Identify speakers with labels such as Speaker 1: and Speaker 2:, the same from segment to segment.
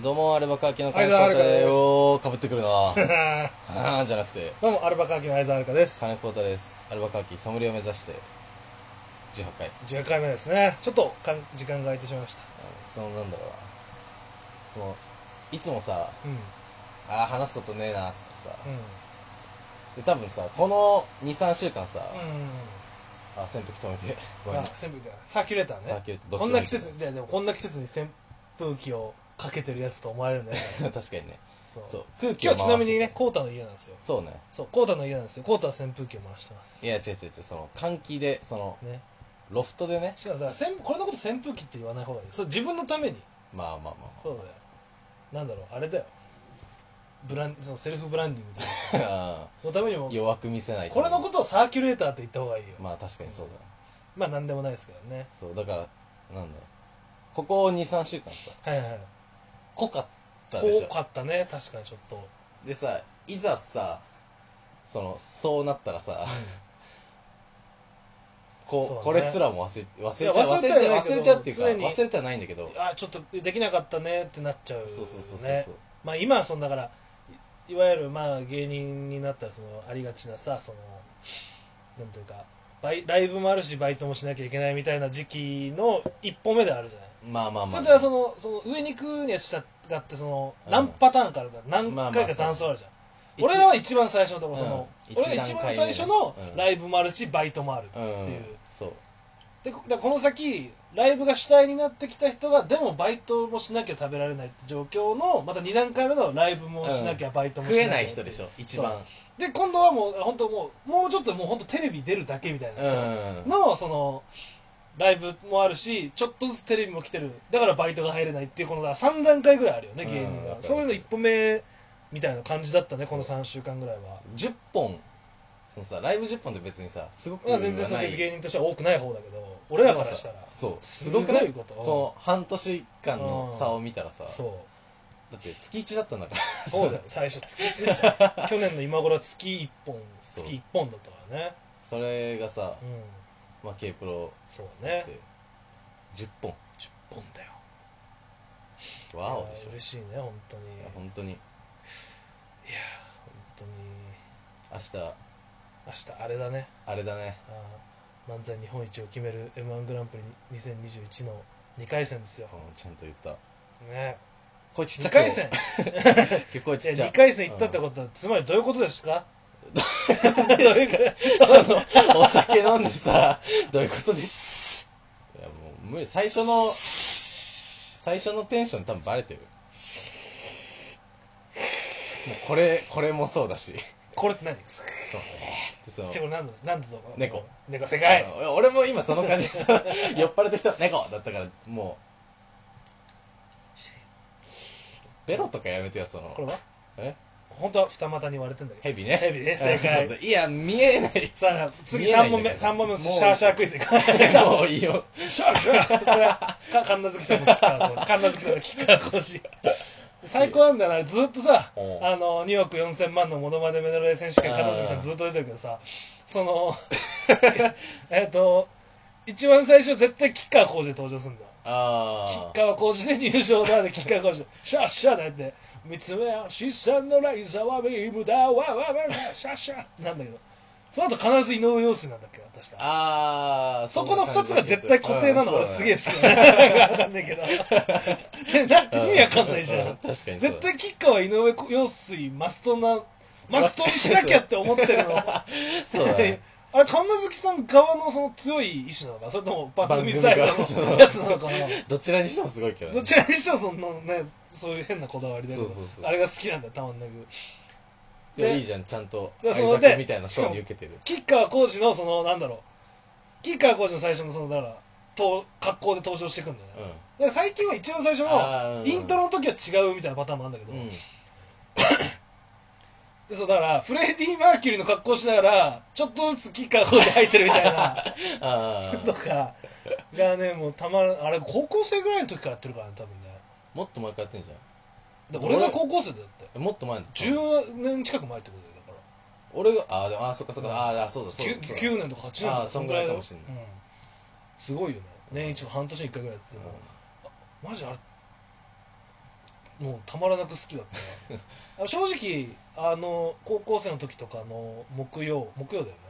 Speaker 1: どうも、アルバカーキの
Speaker 2: はいどうもアルカです
Speaker 1: よ。かぶってくるな。
Speaker 2: どう
Speaker 1: あーじゃなくて、
Speaker 2: も、アルバカーキの相沢アルカです。
Speaker 1: 金子太です。アルバカーキ、ソムリエを目指して、18回。
Speaker 2: 10回目ですね。ちょっとかん時間が空いてしまいました。
Speaker 1: あのその、なんだろうな。その、いつもさ、
Speaker 2: うん。うん。
Speaker 1: あー話すことねえな、とかさ。で、多分さ、この2、3週間さ、あ、扇風機止めて、ご
Speaker 2: うん。
Speaker 1: めん
Speaker 2: あ、
Speaker 1: ね。
Speaker 2: 扇風機だ。サーキュレーターね。
Speaker 1: サーキュレーターどっちでも
Speaker 2: こ
Speaker 1: いい
Speaker 2: んな季節、じゃあでもこんな季節に扇風機をかけてるやつと思われるんだよね。
Speaker 1: 確かにね。
Speaker 2: そう。
Speaker 1: そう、空気を回
Speaker 2: 今日
Speaker 1: す
Speaker 2: ちなみにね、。コータの家なんですよ。
Speaker 1: そうね。
Speaker 2: そう、コータの家なんですよ。コータは扇風機を回してます。
Speaker 1: いや、違う違う違う、その、換気で、その、
Speaker 2: ね。
Speaker 1: ロフトでね。
Speaker 2: しかもさ、扇これのこと扇風機って言わない方がいい。そう、自分のために。
Speaker 1: まあまあまあ
Speaker 2: そうだよ。なんだろう、あれだよ。ブラン、そのセルフブランディングというか
Speaker 1: ま あ。
Speaker 2: のためにも、
Speaker 1: 弱く見せない
Speaker 2: これのこととをサーキュレーターって言った方がいいよ。
Speaker 1: まあ確かにそうだね。
Speaker 2: まあ、なんでもないですけどね。
Speaker 1: そう、だから、なんだここ2、3週間さ、
Speaker 2: はいはいはい。
Speaker 1: 濃かったでし
Speaker 2: 多
Speaker 1: ょ。
Speaker 2: かったね、確かにちょっと。
Speaker 1: でさ、いざさ、その、そうなったら さ、
Speaker 2: そうだ
Speaker 1: こ
Speaker 2: ね
Speaker 1: これすらも忘れ忘れ
Speaker 2: い
Speaker 1: ちゃ
Speaker 2: や
Speaker 1: う、忘
Speaker 2: 忘
Speaker 1: れ
Speaker 2: れ
Speaker 1: ちゃう、
Speaker 2: てはないけ
Speaker 1: 忘
Speaker 2: ど
Speaker 1: れちゃうっていうか、
Speaker 2: 常に
Speaker 1: 忘れてはないんだけど、
Speaker 2: あーちょっとできなかったねってなっちゃう、ね。
Speaker 1: そうそうそうそうそう。
Speaker 2: まあ、今はそのだから、いいわゆるまあ芸人になったらそのありがちなさ、その、なんというか、バイライブもあるし、バイトもしなきゃいけないみたいな時期の一歩目であるじゃない。
Speaker 1: まあまあまあ。
Speaker 2: それではその、その上に行くにはしたがって、その、
Speaker 1: うん
Speaker 2: 何パターンかあるから、何
Speaker 1: まあまあ
Speaker 2: 回か段数あるじゃん。
Speaker 1: 一
Speaker 2: 俺は一番最初のところ、そ
Speaker 1: うん
Speaker 2: の、
Speaker 1: 一段
Speaker 2: 俺が一番
Speaker 1: 階目
Speaker 2: 最初の
Speaker 1: うん
Speaker 2: ライブもあるし、バイトもあるっていう。
Speaker 1: うん、そう。
Speaker 2: で、こだからこの先、ライブが主体になってきた人が、でもバイトもしなきゃ食べられないって状況の、また2段階目のライブもしなきゃ、バイトもし
Speaker 1: 食
Speaker 2: なきゃ。
Speaker 1: えない人でしょ、一番。
Speaker 2: で、今度はもう、本当もう、もうちょっともう本当テレビ出るだけみたいな
Speaker 1: う
Speaker 2: 人
Speaker 1: ん。
Speaker 2: の、その、ライブもあるし、ちょっとずつテレビも来てる、だからバイトが入れないっていう、この3段階ぐらいあるよね、
Speaker 1: うん
Speaker 2: 芸人
Speaker 1: わか
Speaker 2: が。
Speaker 1: る
Speaker 2: そういうの一歩目みたいな感じだったね、この3週間ぐらいは。
Speaker 1: 10本、そのさ、ライブ10本って別にさ、すごく
Speaker 2: ま
Speaker 1: な
Speaker 2: あ、
Speaker 1: い。
Speaker 2: 全然その芸人としては多くない方だけど、俺らからしたら、
Speaker 1: そう、す
Speaker 2: す
Speaker 1: ごく
Speaker 2: ごく
Speaker 1: な
Speaker 2: ないい
Speaker 1: こ
Speaker 2: こと
Speaker 1: の半年間の差を見たらさ、
Speaker 2: そ
Speaker 1: だって月1だったんだから。
Speaker 2: う、そうだよ、最初、月1でした。 去年の今頃は月1本、
Speaker 1: そう
Speaker 2: 月1本だったからね。
Speaker 1: それがさ
Speaker 2: う、ん、
Speaker 1: まあ、K プロ
Speaker 2: そう
Speaker 1: で
Speaker 2: ね。
Speaker 1: 10本。
Speaker 2: 10本だよ。
Speaker 1: わお
Speaker 2: い
Speaker 1: で
Speaker 2: や
Speaker 1: しょ。い
Speaker 2: 嬉しいね、本当に。
Speaker 1: や、
Speaker 2: 本
Speaker 1: 本当に。
Speaker 2: 当に。
Speaker 1: 明日、
Speaker 2: 明日、あれだね。
Speaker 1: あれだね。
Speaker 2: あー漫才日本一を決める m 1グランプリ2021の2回戦ですよ
Speaker 1: う、んちゃんと言った。
Speaker 2: ね、
Speaker 1: これちっちゃ
Speaker 2: 2
Speaker 1: くて
Speaker 2: 回戦
Speaker 1: 結構ちっ
Speaker 2: い
Speaker 1: ちゃ
Speaker 2: や
Speaker 1: い。
Speaker 2: 2回戦行ったってことは、つまりどういうことですか どういうこと
Speaker 1: その、お酒飲んでさ、どういうことです。いや、もう無理。最初の、最初のテンション多分バレてる。もうこれ、これもそうだし。
Speaker 2: これって何ち
Speaker 1: でその
Speaker 2: ょこれ何だ何だぞ
Speaker 1: 猫
Speaker 2: 猫世界
Speaker 1: あの俺も今その感 じでさ酔っ払った人は猫だったからもうベロとかやめてよその
Speaker 2: これは
Speaker 1: え
Speaker 2: 本当は二股に割れてんだけど
Speaker 1: ヘビね
Speaker 2: ヘビね正解
Speaker 1: そうだいや見えない
Speaker 2: さあ次
Speaker 1: 見えない
Speaker 2: 3
Speaker 1: んだ
Speaker 2: 問
Speaker 1: け
Speaker 2: 目
Speaker 1: ど
Speaker 2: 三問目のシ
Speaker 1: もう
Speaker 2: ャーシャークイズいこう
Speaker 1: もういい よ
Speaker 2: シャーシャーこれはか神奈月さんのキッカー講師神奈月さんのキッカー講師最高なんだよなあれずっとさ、
Speaker 1: うん
Speaker 2: あの2億4000万のモノマネメドレー選手権
Speaker 1: あー
Speaker 2: 神奈月さんずっと出てるけどさその えっと一番最初絶対キッカー講師で登場するんだよキ
Speaker 1: あ
Speaker 2: ッカ
Speaker 1: あ
Speaker 2: ーは工事で入賞だでキッカー工事シャッシャだって見つめ合う資産のライザはビームだわわわわシャッシャなんだけどその後必ず井上陽水なんだっけ確か
Speaker 1: あー
Speaker 2: そこの2つが絶対固定なの俺すげえ好
Speaker 1: 好
Speaker 2: きだわかんないけどでなんか意味わかんないじゃん
Speaker 1: 確かにそう
Speaker 2: 絶対キッカーは井上陽水マストなマストにしなきゃって思ってるの
Speaker 1: そうだね
Speaker 2: あれ神奈月さん側のその強い意志なのかそれとも番組サイド
Speaker 1: 番組側
Speaker 2: のやつなのかな
Speaker 1: どちらにしてもすごいけどね
Speaker 2: どちらにしてもそのね、そういう変なこだわりだけど、
Speaker 1: そうそうそう
Speaker 2: あれが好きなんだよ、たまんなく。
Speaker 1: でもいいじゃんちゃんと
Speaker 2: で
Speaker 1: 愛
Speaker 2: その
Speaker 1: 作
Speaker 2: で
Speaker 1: みたいな賞に受けてる
Speaker 2: 吉川浩司の、その、なんだろう、吉川浩司の最初の、その、だから、と格好で登場してくんだよね。
Speaker 1: う
Speaker 2: で最近は一番最初
Speaker 1: あーう
Speaker 2: の、
Speaker 1: ん
Speaker 2: イントロの時は違うみたいなパターンもあるんだけど、
Speaker 1: んうん
Speaker 2: でそうだから、フレディ・マーキュリーの格好しながら、ちょっとずつ吉川浩司入ってるみたいな、
Speaker 1: あ
Speaker 2: と
Speaker 1: あ
Speaker 2: か、がね、もうたまらあれ、高校生ぐらいの時からやってるからね、多分ね。
Speaker 1: もっと前からやってんじ
Speaker 2: で俺が高校生だよだって。
Speaker 1: ゃんもっと前だ
Speaker 2: 10年近く前ってことだよ、だから。
Speaker 1: 俺があーでもあーそっかそっかあーあーそうだそうだそうだ
Speaker 2: 9, 九年とか8年と
Speaker 1: あー
Speaker 2: か
Speaker 1: そん
Speaker 2: ん
Speaker 1: ぐらいかもしんない
Speaker 2: うんすごいよね年一半年に1回ぐらいやってても、マジあれもうたまらなく好きだったあ の正直あの高校生の時とかの木曜木曜だよね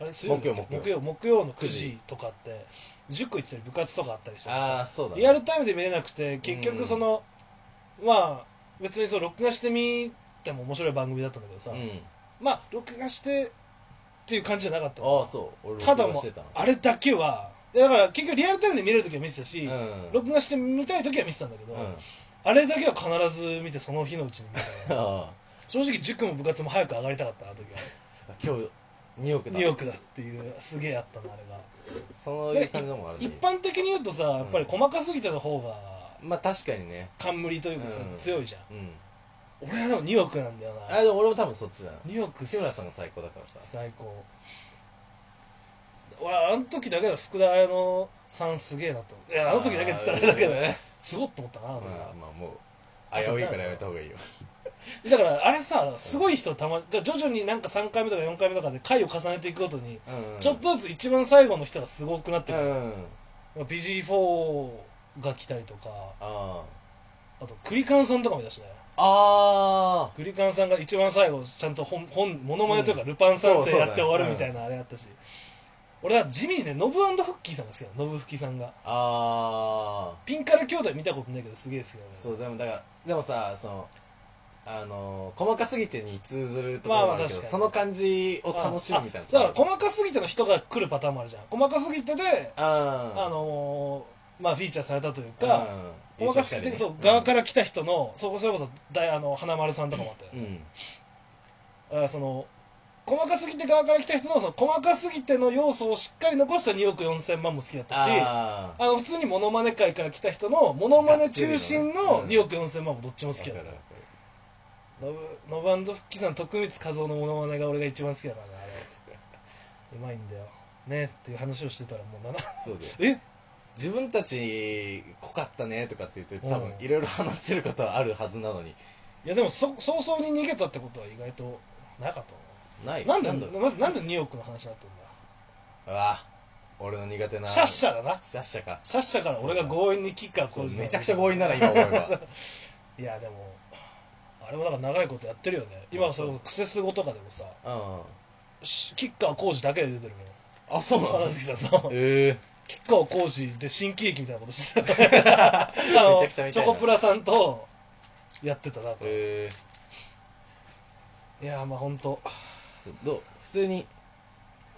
Speaker 2: あれ水曜だっけ
Speaker 1: 木曜木
Speaker 2: 木曜木曜の9時とかって塾行ってたり部活とかあったりして
Speaker 1: ああ、そうだ、ね。
Speaker 2: リアルタイムで見れなくて結
Speaker 1: う
Speaker 2: 局
Speaker 1: ん
Speaker 2: その、まあ別にその録画してみても面白い番組だったんだけどさ、
Speaker 1: うん。
Speaker 2: まあ録画してっていう感じじゃなかったの
Speaker 1: ああ、そう。俺、
Speaker 2: ただ
Speaker 1: 録画
Speaker 2: も
Speaker 1: して
Speaker 2: う
Speaker 1: たの。
Speaker 2: あれだけはだから結局リアルタイムで見れる時は見てたし、
Speaker 1: うん。
Speaker 2: 録画して見たい時は見てたんだけど、
Speaker 1: うん。あ
Speaker 2: あれだけは必ず見てその日のうちに見 た
Speaker 1: あ。
Speaker 2: 正直塾も部活も早く上がりたかったなあの 時は
Speaker 1: 今日、2億だ。
Speaker 2: 2億だっていうすげえあったなあれが
Speaker 1: そういう感じのもあるね
Speaker 2: 一般的に言うとさやっぱり細かすぎての方が
Speaker 1: まあ確かにね。
Speaker 2: 冠というかさ、
Speaker 1: うん
Speaker 2: 強いじゃん
Speaker 1: うん。
Speaker 2: 俺はでも2億なんだよ
Speaker 1: あ、
Speaker 2: な
Speaker 1: でも俺も多分そっちだな。
Speaker 2: 2億
Speaker 1: 志村さんが最高だからさ。
Speaker 2: 最高俺あの時だけだ福田彩乃さんすげえなと思っていやあの時だけって言ったらあれだけどね
Speaker 1: ね。
Speaker 2: すごっと思ったなあの時は
Speaker 1: まあ、まあもう、危ういからやめた方がいいよ。
Speaker 2: だからあれさすごい人たま徐々になんか3回目とか4回目とかで回を重ねていくごとに
Speaker 1: うん。
Speaker 2: ちょっとずつ一番最後の人がすごくなって
Speaker 1: う
Speaker 2: く
Speaker 1: ん。
Speaker 2: る、BG4 が来たりとか
Speaker 1: あ
Speaker 2: あとクリカンさんとかもいたしね
Speaker 1: あ。あ
Speaker 2: クリカンさんが一番最後ちゃんと本本モノマネというかルパン三世やって終わるみたいなあれあったし、俺は地味にねノブフッキーさんが好きなのノブフッキーさんが
Speaker 1: あ。ああ。
Speaker 2: ピンカラ兄弟見たことないけどすげえ好きなのよ
Speaker 1: そうでもだからでもさそのあのー細かすぎてに通ずるとこ
Speaker 2: まあ
Speaker 1: ろ
Speaker 2: ま
Speaker 1: が
Speaker 2: あ
Speaker 1: あるけど、
Speaker 2: 確かに
Speaker 1: その感じを楽しむみたいな
Speaker 2: あだから細かすぎての人が来るパターンもあるじゃん細かすぎてで、
Speaker 1: あー
Speaker 2: あのーまあフィーチャーされたという
Speaker 1: うん
Speaker 2: か、細かすぎて、
Speaker 1: 優勝したりね
Speaker 2: そう側から来た人の、そこそれこそ大あの花丸さんとかもあったよ、
Speaker 1: うん、うん
Speaker 2: あその細かすぎて側から来た人のその細かすぎての要素をしっかり残した2億4000万も好きだったしあ
Speaker 1: あー
Speaker 2: の普通にモノマネ界から来た人のモノマネ中心
Speaker 1: う
Speaker 2: の
Speaker 1: ん
Speaker 2: 2億4000万もどっちも好きだっ
Speaker 1: わ
Speaker 2: た
Speaker 1: かるわか
Speaker 2: ノブノバンド復帰さん徳光和夫のモノマネが俺が一番好きだからね あれうまいんだよねっていう話をしてたらもう7
Speaker 1: るそうだよ
Speaker 2: え
Speaker 1: 自分たち濃かったねとかって言って多分
Speaker 2: うん
Speaker 1: いろいろ話せることはあるはずなのに
Speaker 2: いやでもそ早々に逃げたってことは意外となかった
Speaker 1: ない
Speaker 2: なな
Speaker 1: なんん
Speaker 2: で
Speaker 1: だろう
Speaker 2: まずなんで2億の話だったん
Speaker 1: うわ俺の苦手な
Speaker 2: だシャッシ
Speaker 1: ャ
Speaker 2: ャだな
Speaker 1: シャッシャか
Speaker 2: シャッシャから俺が強引にキッカー
Speaker 1: そう
Speaker 2: こ
Speaker 1: めちゃくちゃ強引だな今思えば
Speaker 2: いやでもあれもなんか長いことやってるよね今はそのクセス語とかでもさ
Speaker 1: うん
Speaker 2: しキッカー工事だけで出てるもん
Speaker 1: あそうなの
Speaker 2: 花月さんそう
Speaker 1: ええ
Speaker 2: キッカー工事で新喜劇みたいなことして たあ
Speaker 1: め
Speaker 2: の
Speaker 1: ちゃくちゃ見たいな
Speaker 2: チョコプラさんとやってたなと、
Speaker 1: ええ
Speaker 2: いやまあ本当
Speaker 1: そうどう普通に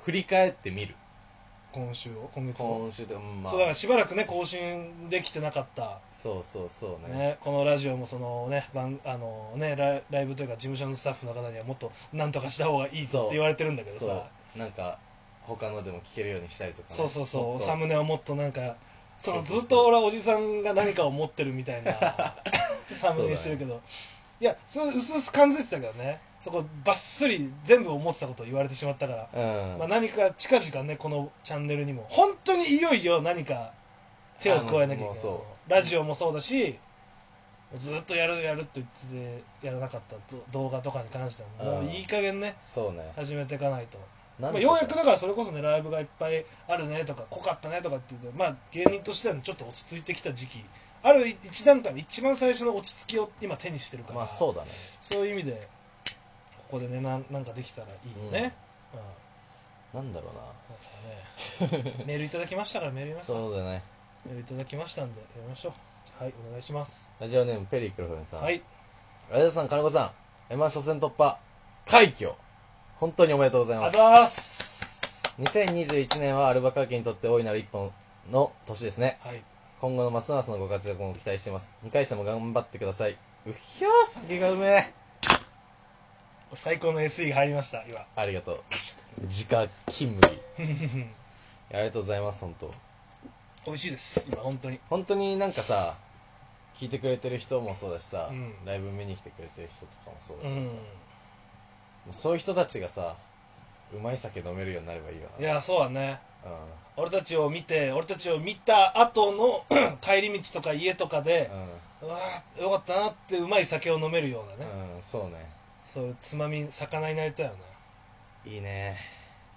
Speaker 1: 振り返ってみる
Speaker 2: 今週を今月を、
Speaker 1: 今週でうんまあ
Speaker 2: そうだからしばらくね更新できてなかった
Speaker 1: そうそうそうね
Speaker 2: ね、このラジオもそのね番あのねラライブというか事務所のスタッフの方にはもっとなんとかした方がいいぞ
Speaker 1: そう
Speaker 2: って言われてるんだけどさ
Speaker 1: そうなんか他のでも聞けるようにしたりとかね、
Speaker 2: そうそう
Speaker 1: も
Speaker 2: そ
Speaker 1: っと
Speaker 2: うサムネをもっとなんかその
Speaker 1: そうそうそう
Speaker 2: ずっと俺はおじさんが何かを持ってるみた いなサムネにしてるけど、いやそれ薄々感じてたけどねそこばっすり全部思ってたことを言われてしまったから、
Speaker 1: うん、
Speaker 2: まあ、何か近々ねこのチャンネルにも本当にいよいよ何か手を加えなきゃいけな
Speaker 1: あのも
Speaker 2: いう
Speaker 1: そう
Speaker 2: ラジオもそうだしずっとやるやるって言っててやらなかったど動画とかに関してはもう
Speaker 1: ああ
Speaker 2: いい加減ね
Speaker 1: そうね
Speaker 2: 始めていかないと
Speaker 1: なん
Speaker 2: まあ、
Speaker 1: とか
Speaker 2: ようやくだからそれこそねライブがいっぱいあるねとか濃かったねとかっていうとまあ芸人としてはちょっと落ち着いてきた時期ある一段階の一番最初の落ち着きを今手にしてるから、
Speaker 1: まあそうだね
Speaker 2: そういう意味でここでねなんなんかできたらいいよね、うん
Speaker 1: なんだろ
Speaker 2: なんです
Speaker 1: う な
Speaker 2: かねメールいただきましたからメール読みますか
Speaker 1: そうだね
Speaker 2: メールいただきましたんで読みましょうはいお願いします
Speaker 1: ラジオネームペリークルフルンさん
Speaker 2: はい
Speaker 1: 綾田さん金子さん M−1 初戦突破快挙本当におめでとうござい
Speaker 2: あ
Speaker 1: ます
Speaker 2: ざーす
Speaker 1: 2021年はアルバカーキにとって大いなる一本の年ですね
Speaker 2: はい
Speaker 1: 今後のますますのご活躍も期待しています2回戦も頑張ってくださいうひゃー酒がうめえ
Speaker 2: 最高の SE が入りました今
Speaker 1: ありがとう直勤務ありがとうございます本当
Speaker 2: 美味しいです今本当に
Speaker 1: 本当になんかさ聞いてくれてる人もそうだしさ、
Speaker 2: うん
Speaker 1: ライブ見に来てくれてる人とかもそうだ
Speaker 2: う
Speaker 1: けどさ、
Speaker 2: ん
Speaker 1: そういう人たちがさうまい酒飲めるようになればいいよない
Speaker 2: やそうだね
Speaker 1: うん
Speaker 2: 俺たちを見て俺たちを見た後の 帰り道とか家とかで、うわーよかったなってうまい酒を飲めるようなね、
Speaker 1: うん、うん、そうね
Speaker 2: そういうつまみ魚になりたいよね
Speaker 1: いいね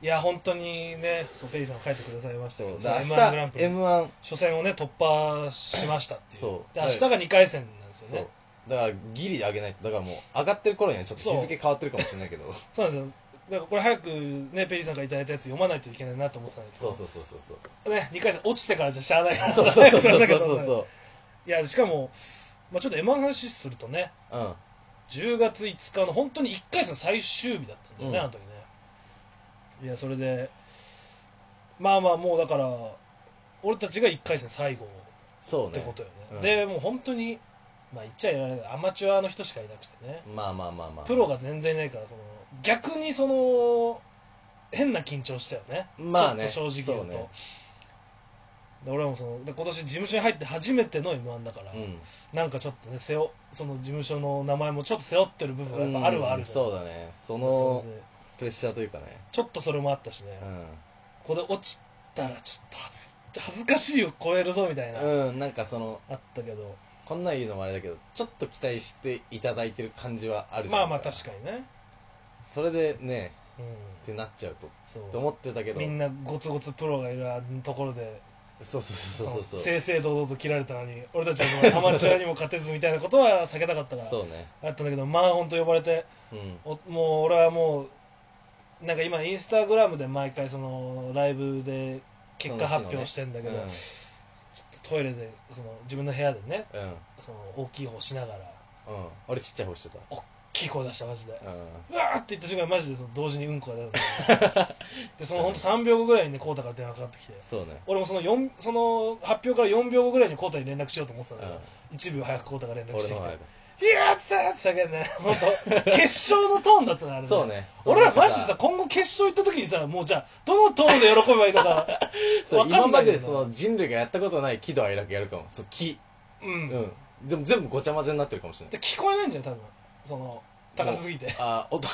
Speaker 2: いや本当にねそうペリーさんが書いてくださいまし
Speaker 1: そ
Speaker 2: たけど
Speaker 1: うだ
Speaker 2: M1 グラン
Speaker 1: 明日
Speaker 2: プリ
Speaker 1: m 1
Speaker 2: 初戦をね突破しましたっていう
Speaker 1: そう
Speaker 2: で明日が2回戦なんです
Speaker 1: そ
Speaker 2: よ
Speaker 1: う
Speaker 2: ね
Speaker 1: だからギリ上げないとだからもう上がってる頃にはちょっと日付変わってるかもしれないけど
Speaker 2: そうなんですよだからこれ早くねペリーさんからいただいたやつ読まないといけないなと思ってたんですけ
Speaker 1: そ
Speaker 2: ど
Speaker 1: うそうそうそうそう
Speaker 2: ね、2回戦落ちてからじゃしゃあないから
Speaker 1: そうそうそうそうそうそう
Speaker 2: ういやしかも、まあ、ちょっと M−1 の話するとね
Speaker 1: うん
Speaker 2: 10月5日の本当に1回戦最終日だったんだよね、
Speaker 1: うん
Speaker 2: あの時ねいやそれでまあまあもうだから俺たちが1回戦最後
Speaker 1: そう
Speaker 2: って
Speaker 1: ね
Speaker 2: ことよね
Speaker 1: うん
Speaker 2: でもう本当にまあ言っちゃいられないけどアマチュアの人しかいなくてね
Speaker 1: まあまあまあまあ
Speaker 2: プロが全然いないからその逆にその変な緊張したよね
Speaker 1: まあね
Speaker 2: ちょっと正直言うと
Speaker 1: そうね
Speaker 2: で俺もそので今年事務所に入って初めての m 1だから、
Speaker 1: うん
Speaker 2: なんかちょっとね背負その事務所の名前もちょっと背負ってる部分がやっぱあるはあ
Speaker 1: う
Speaker 2: る
Speaker 1: ん
Speaker 2: じゃん
Speaker 1: そうだねその
Speaker 2: それで
Speaker 1: プレッシャーというかね
Speaker 2: ちょっとそれもあったしね、
Speaker 1: う
Speaker 2: こ
Speaker 1: ん
Speaker 2: こで落ちたらちょっと恥ず恥ずかしいを超えるぞみたいな、
Speaker 1: うん、なんかその
Speaker 2: あったけど
Speaker 1: こんなん言うのもあれだけどちょっと期待していただいてる感じはあるじゃん
Speaker 2: まあまあ確かにね、
Speaker 1: それでね
Speaker 2: うん、
Speaker 1: ってなっちゃうと
Speaker 2: そう
Speaker 1: と思ってたけど
Speaker 2: みんなゴツゴツプロがいるところで
Speaker 1: そうそうそうそうそう
Speaker 2: 正々堂々と切られたのに俺たちはそのアマチュアにも勝てずみたいなことは避けたかったから
Speaker 1: そうね
Speaker 2: あったんだけどまあ本当呼ばれて
Speaker 1: うん
Speaker 2: おもう俺はもうなんか今インスタグラムで毎回そのライブで結果発表してんだけど、
Speaker 1: うん
Speaker 2: トイレでその自分の部屋でね
Speaker 1: うん、
Speaker 2: その大きい方しながら
Speaker 1: うん、俺ちっちゃい方して
Speaker 2: 大きい声出したマジで
Speaker 1: たうん
Speaker 2: うわーって言った瞬間マジでその同時にうんこが出る でその本当3秒後ぐらいにね浩太から電話かかってきて
Speaker 1: そうね
Speaker 2: 俺もその四その発表から4秒後ぐらいにコータに連絡しようと思ってた
Speaker 1: うん
Speaker 2: んだけど、1秒早くコータが連絡
Speaker 1: 俺
Speaker 2: して
Speaker 1: の
Speaker 2: きて
Speaker 1: 方が
Speaker 2: 「いやーっつって叫 んで本当決勝のトーンだったなあれね
Speaker 1: そうね
Speaker 2: 俺らマジで
Speaker 1: そ
Speaker 2: さ
Speaker 1: う
Speaker 2: 今後決勝行った時にさもうじゃあどのトーンで喜べばいいのか
Speaker 1: そう
Speaker 2: わか
Speaker 1: 今
Speaker 2: んな
Speaker 1: ま
Speaker 2: いよ
Speaker 1: でその人類がやったことない喜怒哀楽やるかもそう喜
Speaker 2: うん、
Speaker 1: うんでも全部ごちゃ混ぜになってるかもしれな
Speaker 2: で
Speaker 1: い
Speaker 2: 聞こえないんじゃない多分その 高すぎて
Speaker 1: あー音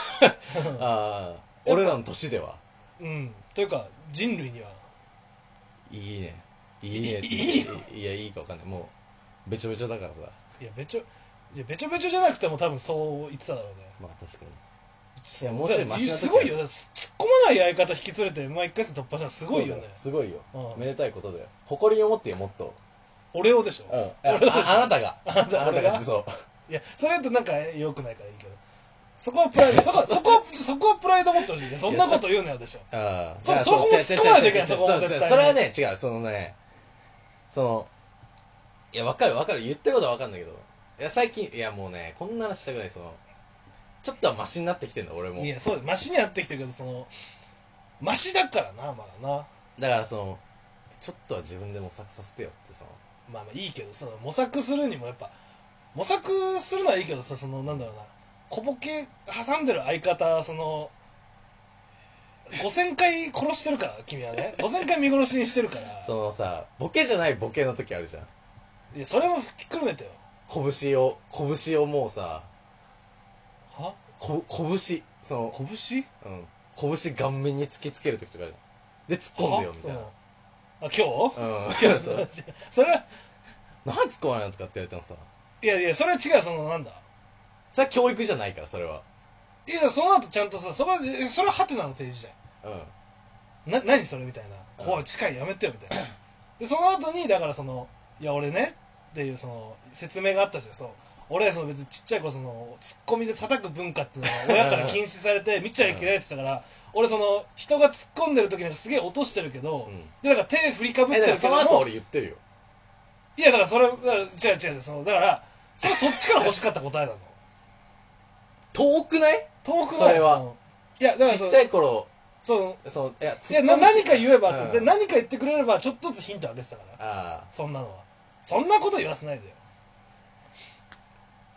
Speaker 1: あー俺らの年では
Speaker 2: うんというか人類にはい
Speaker 1: いねいいねって
Speaker 2: いい
Speaker 1: いやいいかわかんないもうべちょべちょだからさ
Speaker 2: いやべちょいやべちょべちょじゃなくても多分そう言ってただろうね
Speaker 1: まあ確かにいやもうちょいマシな時
Speaker 2: すごいよだって突っ込まない相方引き連れて毎回突破したらすごいよ
Speaker 1: そうだ
Speaker 2: ね
Speaker 1: すごいよ、
Speaker 2: うん
Speaker 1: めでたいことだよ誇りを持ってよもっと、
Speaker 2: 俺をでしょ、
Speaker 1: うん、あああなたがあな
Speaker 2: た俺が
Speaker 1: そう
Speaker 2: いや、それだとなんか良くないからいいけど。そこはプラ イド、そこは、そこは、そこはプライド持ってほしいね。そんなこと言うなよでしょ。
Speaker 1: ああ
Speaker 2: そうそこも突っ込まないといけない
Speaker 1: 違う違
Speaker 2: そこも
Speaker 1: う違う違うそう
Speaker 2: 絶対
Speaker 1: 違うそれはね違うそのねそのいやわかるわかる言ってることはわかるんだけどいや最近いやもうねこんな話したくないそのちょっとはマシになってきてんだ俺も
Speaker 2: いや、そうです。マシになってきてるけど、その、マシだからな、まだな。
Speaker 1: だからそのちょっとは自分で模索させてよってその
Speaker 2: まあまあいいけど、その模索するにもやっぱ、模索するのはいいけどさ、その、なんだろうな、小ボケ挟んでる相方、その、5000回殺してるから、君 はね。5000回見殺しにしてるから。
Speaker 1: そのさボケじゃないボケの時あるじゃん
Speaker 2: いや、それもひっくるめてよ。
Speaker 1: 拳を拳をもうさ
Speaker 2: は
Speaker 1: こ拳その
Speaker 2: 拳
Speaker 1: うん、拳顔面に突きつける時とかあるで突っ込んでよみたいな
Speaker 2: はそのあ、今日
Speaker 1: うん
Speaker 2: いや
Speaker 1: そ
Speaker 2: そうれ それは
Speaker 1: 何突っ込まないのとかって言われてもさ
Speaker 2: いやいやそれは違うそのなんだ
Speaker 1: それは教育じゃないからそれはい
Speaker 2: やその後ちゃんとさそこはえそれはハテナの提示じ
Speaker 1: う
Speaker 2: ゃんな何それみたいな
Speaker 1: うん
Speaker 2: 怖い近いやめてよみたいなでその後にだからそのいや俺ねっていうその説明があったじゃんそう俺その別にちっちゃい子そのツッコミで叩く文化ってい うのは親から禁止されて見ちゃいけないって言ってたから俺その人が突っ込んでる時なんかすげえ落としてるけど、
Speaker 1: ん、うん、
Speaker 2: でだから手振りかぶっ
Speaker 1: え
Speaker 2: て
Speaker 1: だ
Speaker 2: る
Speaker 1: か
Speaker 2: け
Speaker 1: らそ
Speaker 2: ど
Speaker 1: の後
Speaker 2: も
Speaker 1: 俺言ってるよ
Speaker 2: いやだからそれだから違う違う違うそのだからそれはそっちから欲しかった答えなの
Speaker 1: 遠くない
Speaker 2: 遠く
Speaker 1: そ
Speaker 2: ない
Speaker 1: れは
Speaker 2: のいやだから
Speaker 1: ち
Speaker 2: そ
Speaker 1: っ
Speaker 2: の
Speaker 1: ちゃい頃
Speaker 2: その
Speaker 1: そのいや
Speaker 2: いやな何か言えば、
Speaker 1: うん
Speaker 2: そうで何か言ってくれればちょっとずつヒントは出てたから
Speaker 1: あ
Speaker 2: そんなのはそんなこと言わせないでよ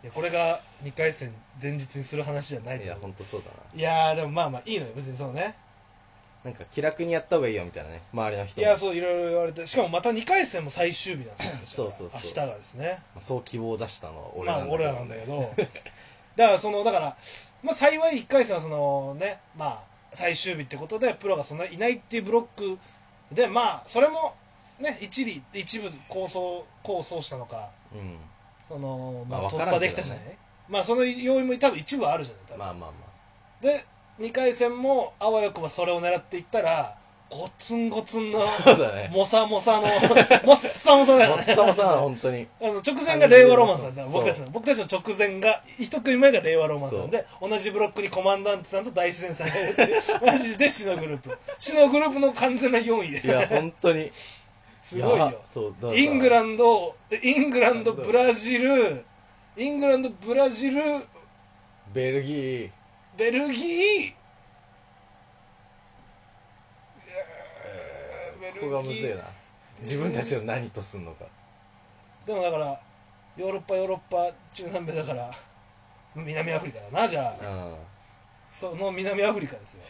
Speaker 2: いやこれが2回戦前日にする話じゃな
Speaker 1: あ
Speaker 2: い
Speaker 1: いや
Speaker 2: と思う
Speaker 1: 本当そうだない
Speaker 2: やーでもまあまあいいのよ別にそうね
Speaker 1: なんか気楽にやった方がいいよみたいなね周りの人
Speaker 2: い
Speaker 1: も
Speaker 2: やそういろいろ言われてしかもまた2回戦も最終日なんです
Speaker 1: そ
Speaker 2: よ
Speaker 1: うそうそう
Speaker 2: 明日がですね
Speaker 1: まあそう希望を出したのは俺
Speaker 2: ま
Speaker 1: なんだけ
Speaker 2: あ
Speaker 1: ど、
Speaker 2: 俺
Speaker 1: ね
Speaker 2: らなんだけど だからそのだから、まあ、幸い1回戦はそのねまあ最終日ってことでプロがそんないないっていうブロックでまあそれもね一理一部構想構想したのか
Speaker 1: うん
Speaker 2: その、まあ
Speaker 1: まあ
Speaker 2: 突
Speaker 1: わから
Speaker 2: 破
Speaker 1: んけ
Speaker 2: で
Speaker 1: どね
Speaker 2: きたじゃない、まあその要因も多分一部はあるじゃない多分、
Speaker 1: まあまあま
Speaker 2: で2回戦もあわよくばそれを狙っていったらゴツンゴツ ンの、
Speaker 1: そうだね。
Speaker 2: モサモサの、モッサモサだ
Speaker 1: も
Speaker 2: よ
Speaker 1: っ
Speaker 2: ね。
Speaker 1: さもさなの、本当に。
Speaker 2: あの直前が令和ロマンスなんですよ
Speaker 1: そう
Speaker 2: 僕たちの僕たちの直前が一組前が令和ロマンスなんで同じブロックにコマンダントさんと大自然さんがいるって いうマジで死のグループ死のグループの完全な4位
Speaker 1: い
Speaker 2: で
Speaker 1: や、本当に。
Speaker 2: すごい
Speaker 1: や
Speaker 2: よ
Speaker 1: そう、だから
Speaker 2: イングランドイングランドブラジルイングランドブラジル
Speaker 1: ベルギー、
Speaker 2: ベルギー
Speaker 1: ここがむずい
Speaker 2: な
Speaker 1: な。自分たちの何とすんのか。
Speaker 2: でもだからヨーロッパヨーロッパ中南米だから南アフリカだなじゃあ
Speaker 1: うん。
Speaker 2: その南アフリカですよ。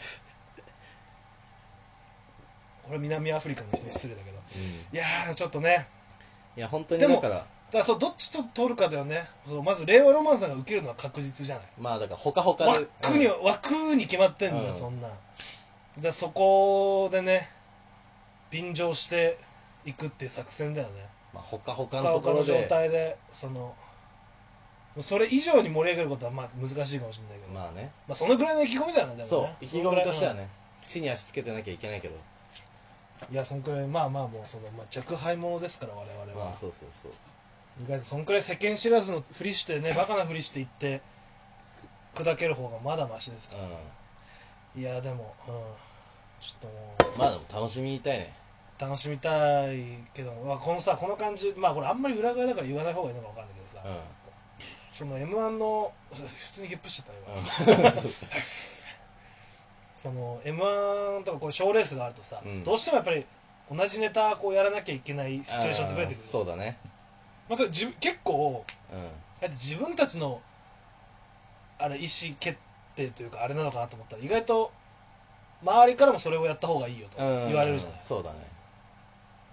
Speaker 2: これ南アフリカの人に失礼だけど。
Speaker 1: うん
Speaker 2: いやー、ちょっとね。
Speaker 1: いや、本当に
Speaker 2: でも
Speaker 1: だから、
Speaker 2: だからそうどっちと取るかだよね。そうまず、令和ロマンさんが受けるのは確実じゃない。
Speaker 1: まあだから、ほかほかで。
Speaker 2: 枠に
Speaker 1: うん
Speaker 2: は、枠に決まってんじゃん、
Speaker 1: うん
Speaker 2: そんなん。だからそこでね、便乗していくっていう作戦だよね。
Speaker 1: まあ、ほかほか
Speaker 2: 他
Speaker 1: のとこ
Speaker 2: 他の
Speaker 1: ろ
Speaker 2: 状
Speaker 1: で。
Speaker 2: 態で、その、もうそれ以上に盛り上げることはまあ難しいかもしれないけど、まあ、
Speaker 1: まあね。
Speaker 2: そのぐらいの意気込みだよね、でもね
Speaker 1: そう、意気込みとしては
Speaker 2: ね
Speaker 1: ね、地に足つけてなきゃいけないけど。
Speaker 2: いや、そんくらい、まあまあ、もうその、まあ、若輩者ですから、我々は。
Speaker 1: まあ、そうそうそう。
Speaker 2: 意外とそんくらい世間知らずのふりしてね、バカなふりしていって、砕ける方がまだマシですか
Speaker 1: う
Speaker 2: ら。いや、でも、うん、ちょっとも
Speaker 1: ん。まあでも楽しみたいね。
Speaker 2: う、楽しみたいけど、まあ、このさ、この感じ、まあ、これ、あんまり裏側だから言わない方がいいのかわかんないけどさ、
Speaker 1: う
Speaker 2: その M1 の、普通にゲップしてたよ、今
Speaker 1: ん。 うん。そう
Speaker 2: その M1 とかこう賞レースがあるとさ、
Speaker 1: うん
Speaker 2: どうしてもやっぱり、同じネタこうやらなきゃいけないシチュエーションって増
Speaker 1: あ
Speaker 2: えてくる
Speaker 1: ーそうだね。
Speaker 2: まあ、それ自分結構
Speaker 1: うん。
Speaker 2: だって自分たちのあれ意思決定というかあれなのかなと思ったら意外と周りからもそれをやった方がいいよと
Speaker 1: うん
Speaker 2: 言われるじゃない、
Speaker 1: そうだね。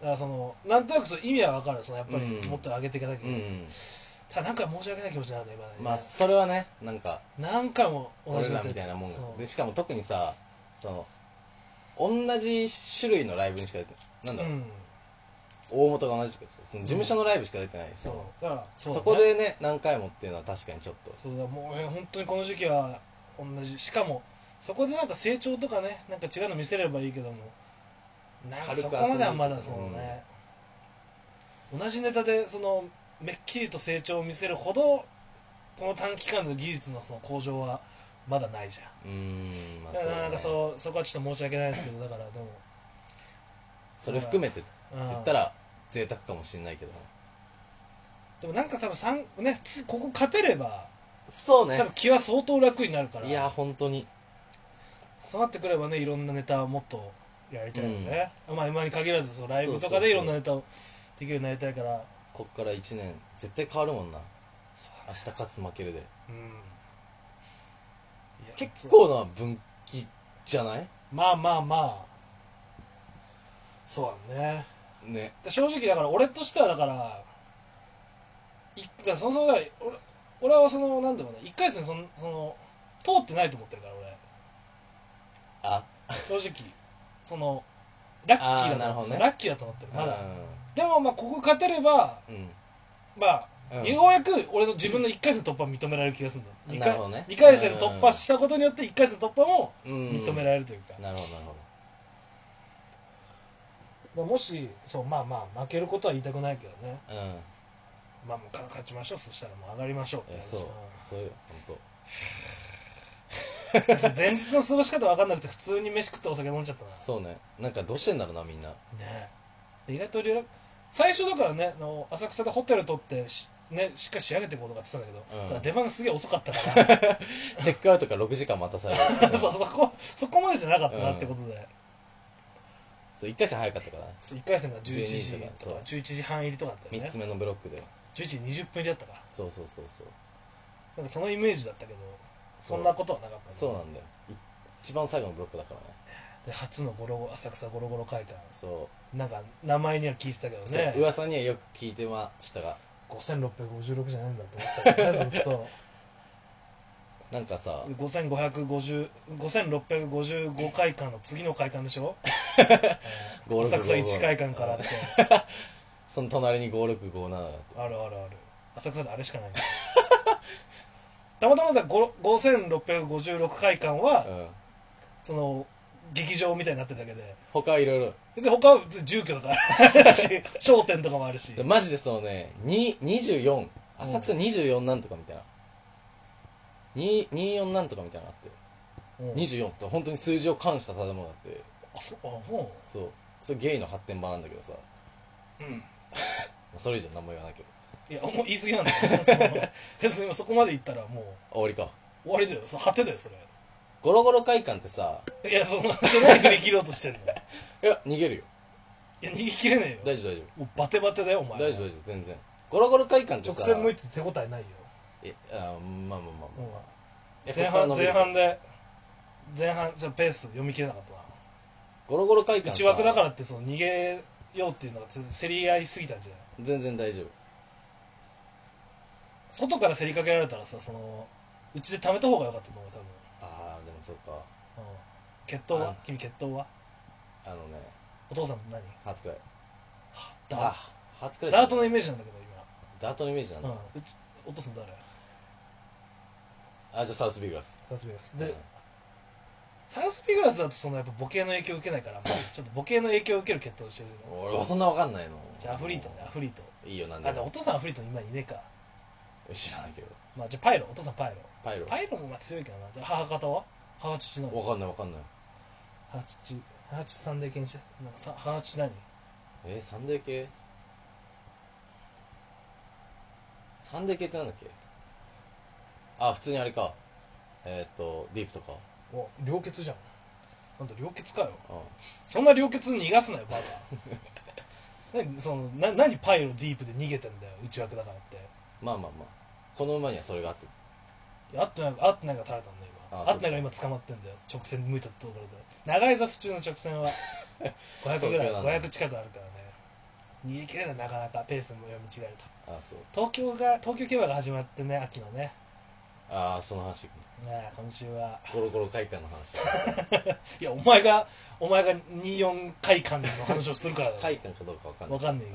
Speaker 2: だからそのなんとなくその意味は分かるそのやっぱ
Speaker 1: う
Speaker 2: り
Speaker 1: ん
Speaker 2: もっと上げていかなきゃいけ
Speaker 1: う
Speaker 2: ない、
Speaker 1: ん。
Speaker 2: ただなんか申し訳ない気持ちになるね今ね、
Speaker 1: まあ、それはね、なんか、
Speaker 2: 何回も同
Speaker 1: 俺
Speaker 2: じ
Speaker 1: らみたいなもんが。で、しかも特にさ、その、同じ種類のライブにしか出てな
Speaker 2: うんん
Speaker 1: だろう、大元が同じとかさ、その事務所のライブしか出てない。そ
Speaker 2: そう
Speaker 1: の
Speaker 2: だから
Speaker 1: そう
Speaker 2: だね
Speaker 1: こでね、何回もっていうのは確かにちょっと。
Speaker 2: そうだもうえー本当にこの時期は同じしかもそこでなんか成長とかねなんか違うの見せればいいけどもなんか
Speaker 1: 軽く遊
Speaker 2: そ
Speaker 1: んで
Speaker 2: こまではまだそのね、同じネタでそのめっきりと成長を見せるほどこの短期間の技術のその向上はまだないじゃん
Speaker 1: うーん、まあ
Speaker 2: だ
Speaker 1: そう
Speaker 2: から
Speaker 1: だ
Speaker 2: なん
Speaker 1: ね
Speaker 2: かそうそこはちょっと申し訳ないですけどだからでも、
Speaker 1: それ含めてって
Speaker 2: うん
Speaker 1: 言ったら、贅沢かもしれないけど。
Speaker 2: でもなんか多分さん、ね、つここ勝てれば
Speaker 1: そう
Speaker 2: 多
Speaker 1: ね
Speaker 2: 分。気は相当楽になるから
Speaker 1: いや、本当に。
Speaker 2: そうなってくればねいろんなネタをもっとやりたいよね、まあ今に限らずそのライブとかでいろんなネタをできるようになりたいから
Speaker 1: こっから1年、絶対変わるもんな。
Speaker 2: そう
Speaker 1: 明日勝つ負けるで。
Speaker 2: うんいや
Speaker 1: 結構な分岐じゃない
Speaker 2: まあまあまあそうだね
Speaker 1: ね。
Speaker 2: で正直だから俺としてはだからいだからそもそもだから俺俺はそのなんだろうな1回戦そのその通ってないと思ってるから
Speaker 1: あ、
Speaker 2: 俺正直そのラッキーだ
Speaker 1: あーな
Speaker 2: と
Speaker 1: る
Speaker 2: 思
Speaker 1: ほ
Speaker 2: っ
Speaker 1: ど
Speaker 2: て
Speaker 1: ね
Speaker 2: ラッキーだと思ってるまだでもまあここ勝てれば
Speaker 1: うん。うん。
Speaker 2: まあ
Speaker 1: うん
Speaker 2: ようやく俺の自分の1回戦突破認められる気がするんだ、二
Speaker 1: なるほどね
Speaker 2: 2回戦突破したことによって1回戦突破も
Speaker 1: 認
Speaker 2: 認められるというか,、
Speaker 1: なるほどなるほ
Speaker 2: もしそうまあまあ負けることは言いたくないけどね
Speaker 1: どうん
Speaker 2: まあもうか勝ちましょうそしたらもう上がりましょうって
Speaker 1: え
Speaker 2: 話
Speaker 1: そうそういう本
Speaker 2: うんそう前日の過ごし方分かんなくて普通に飯食ってお酒飲んじゃったな
Speaker 1: 当そうねなんかどうしてんだろうなみんな
Speaker 2: ねえ意外とリラック最初だからねあの浅草でホテル取ってし,、ね、しっかり仕上げていこうとかって言ってたんだけど、
Speaker 1: うん
Speaker 2: ただ出番がすげえ遅かったから
Speaker 1: チェックアウトから6時間待たされる
Speaker 2: そうそこそこまでじゃなかったなってことで、
Speaker 1: そう1回戦早かったから
Speaker 2: そう1回戦が11
Speaker 1: 12
Speaker 2: 時
Speaker 1: 時
Speaker 2: と
Speaker 1: と
Speaker 2: か
Speaker 1: か
Speaker 2: 11時半入りとかだったよ
Speaker 1: 3
Speaker 2: ね
Speaker 1: つ目のブロックで
Speaker 2: 11時20分入りだったから
Speaker 1: そうそうそうそう
Speaker 2: なんかそのイメージだったけどそんなことはなかったね
Speaker 1: そうなんだよい一番最後のブロックだからね
Speaker 2: で初のゴロゴロ浅草ゴロゴロ会館
Speaker 1: そ
Speaker 2: なんか名前には聞いてたけど
Speaker 1: う,、
Speaker 2: ね
Speaker 1: そう噂にはよく聞いてましたが
Speaker 2: 5656じゃないんだと思ったけど ねずっと
Speaker 1: なんかさ
Speaker 2: 5550 5655会館の次の会館で しょうん
Speaker 1: 5655
Speaker 2: 浅草1会館からって
Speaker 1: その隣に5657があって
Speaker 2: あるあるある浅草であれしかないたまたまだ5656会館は
Speaker 1: うん
Speaker 2: その劇場みたいになってるだけで
Speaker 1: 他はいろい
Speaker 2: 別に他は普通に住居とかあ るし商店とかもあるし
Speaker 1: ろ。マジでそのね、に24、浅草24なんとかみたいな。に24なんとかみたいなのがあって。
Speaker 2: うん
Speaker 1: 24って本当に数字を冠した建物があって。
Speaker 2: あそうあそ
Speaker 1: そう。それゲイの発展場なんだけどさ。
Speaker 2: ううん
Speaker 1: それ以上何も言わないけど。
Speaker 2: いやもう言い過ぎなんだよ 別にそこまで行ったらもう
Speaker 1: 終わりか。
Speaker 2: 終わりだよそ果てだよそれ
Speaker 1: ゴロゴロ会館ってさ、
Speaker 2: いやそんなじゃない振り切ろうとしてんのい
Speaker 1: いや、逃げるよ。
Speaker 2: や逃げ切れねえよ
Speaker 1: 大丈夫大丈
Speaker 2: もうバテバテだよお
Speaker 1: 夫。
Speaker 2: 前
Speaker 1: 大丈夫大丈夫、全然。ゴロゴロ会館ってさ、
Speaker 2: 直線向いて手応えないよ、
Speaker 1: えあまあまあまあ
Speaker 2: う
Speaker 1: ま
Speaker 2: ん
Speaker 1: あ。え
Speaker 2: 前
Speaker 1: ここ
Speaker 2: 半
Speaker 1: から伸び
Speaker 2: 前
Speaker 1: る
Speaker 2: 半で前半じゃあペース読み切れなかったな
Speaker 1: ゴロゴロ会館さ
Speaker 2: 内枠だからってその逃げようっていうのがつ競り合いすぎたんじゃない
Speaker 1: 全然大丈夫。
Speaker 2: 外から競りかけられたらさそのうちで貯めた方が良かったと思う多分、
Speaker 1: ああ、でもそうか。
Speaker 2: うん、決闘
Speaker 1: あ
Speaker 2: は君決闘は
Speaker 1: あのね、
Speaker 2: お父さん何
Speaker 1: 初くらい。
Speaker 2: ダ
Speaker 1: あ初くらい。
Speaker 2: ダートのイメージなんだけど
Speaker 1: ダートのイメージなん
Speaker 2: 今、
Speaker 1: だ。
Speaker 2: うん、うちお父さん誰
Speaker 1: あ、じゃあサウスビーグラス。
Speaker 2: サウスピグラス
Speaker 1: うん
Speaker 2: でサウスピグラスだとそのやっぱボケの影響を受けないから、まあ、ちょっとボケの影響を受ける決闘してるよ
Speaker 1: 俺はそんなわかんないの。
Speaker 2: じゃあアフリートねアフリート
Speaker 1: いいよ、なん
Speaker 2: あ
Speaker 1: で
Speaker 2: でもお
Speaker 1: も。
Speaker 2: 父さんアフリート今いねえか
Speaker 1: 知らないけど。
Speaker 2: まあじゃあパイロお父さんパイロ
Speaker 1: パイロ。
Speaker 2: パイロもまあ強いけどなじゃあ母方は母父の
Speaker 1: わかんないわかんない。
Speaker 2: 母父母父さんで検視なんかさ母父何
Speaker 1: えー、サンデー系サンデー系ってなんだっけあ、普通にあれか。えーっと、ディープとか。
Speaker 2: お良血じゃんなんだ良血かよ
Speaker 1: うん。
Speaker 2: そんな良血逃がすなよバ カ何そのな何パイロディープで逃げてんだよ内枠だからって
Speaker 1: まあまあまあ。この馬にはそれがあってた。
Speaker 2: いやあってないあってないが垂れたんだよ
Speaker 1: あ
Speaker 2: 今
Speaker 1: そう
Speaker 2: あってないが今捕まってんだよ直線向いたところで長いぞ普通の直線は 500ぐらい
Speaker 1: 東京なんだ
Speaker 2: 500近くあるからね逃げ切れないなかなかペースも読み違えると
Speaker 1: あ、そう。
Speaker 2: 東京が東京競馬が始まってね秋のね
Speaker 1: ああ、その話。
Speaker 2: ね今週は
Speaker 1: ゴロゴロ会館の話。
Speaker 2: いやお前がお前が24回間の話をするからだろ
Speaker 1: 会館かどうかわかんない。
Speaker 2: わかんない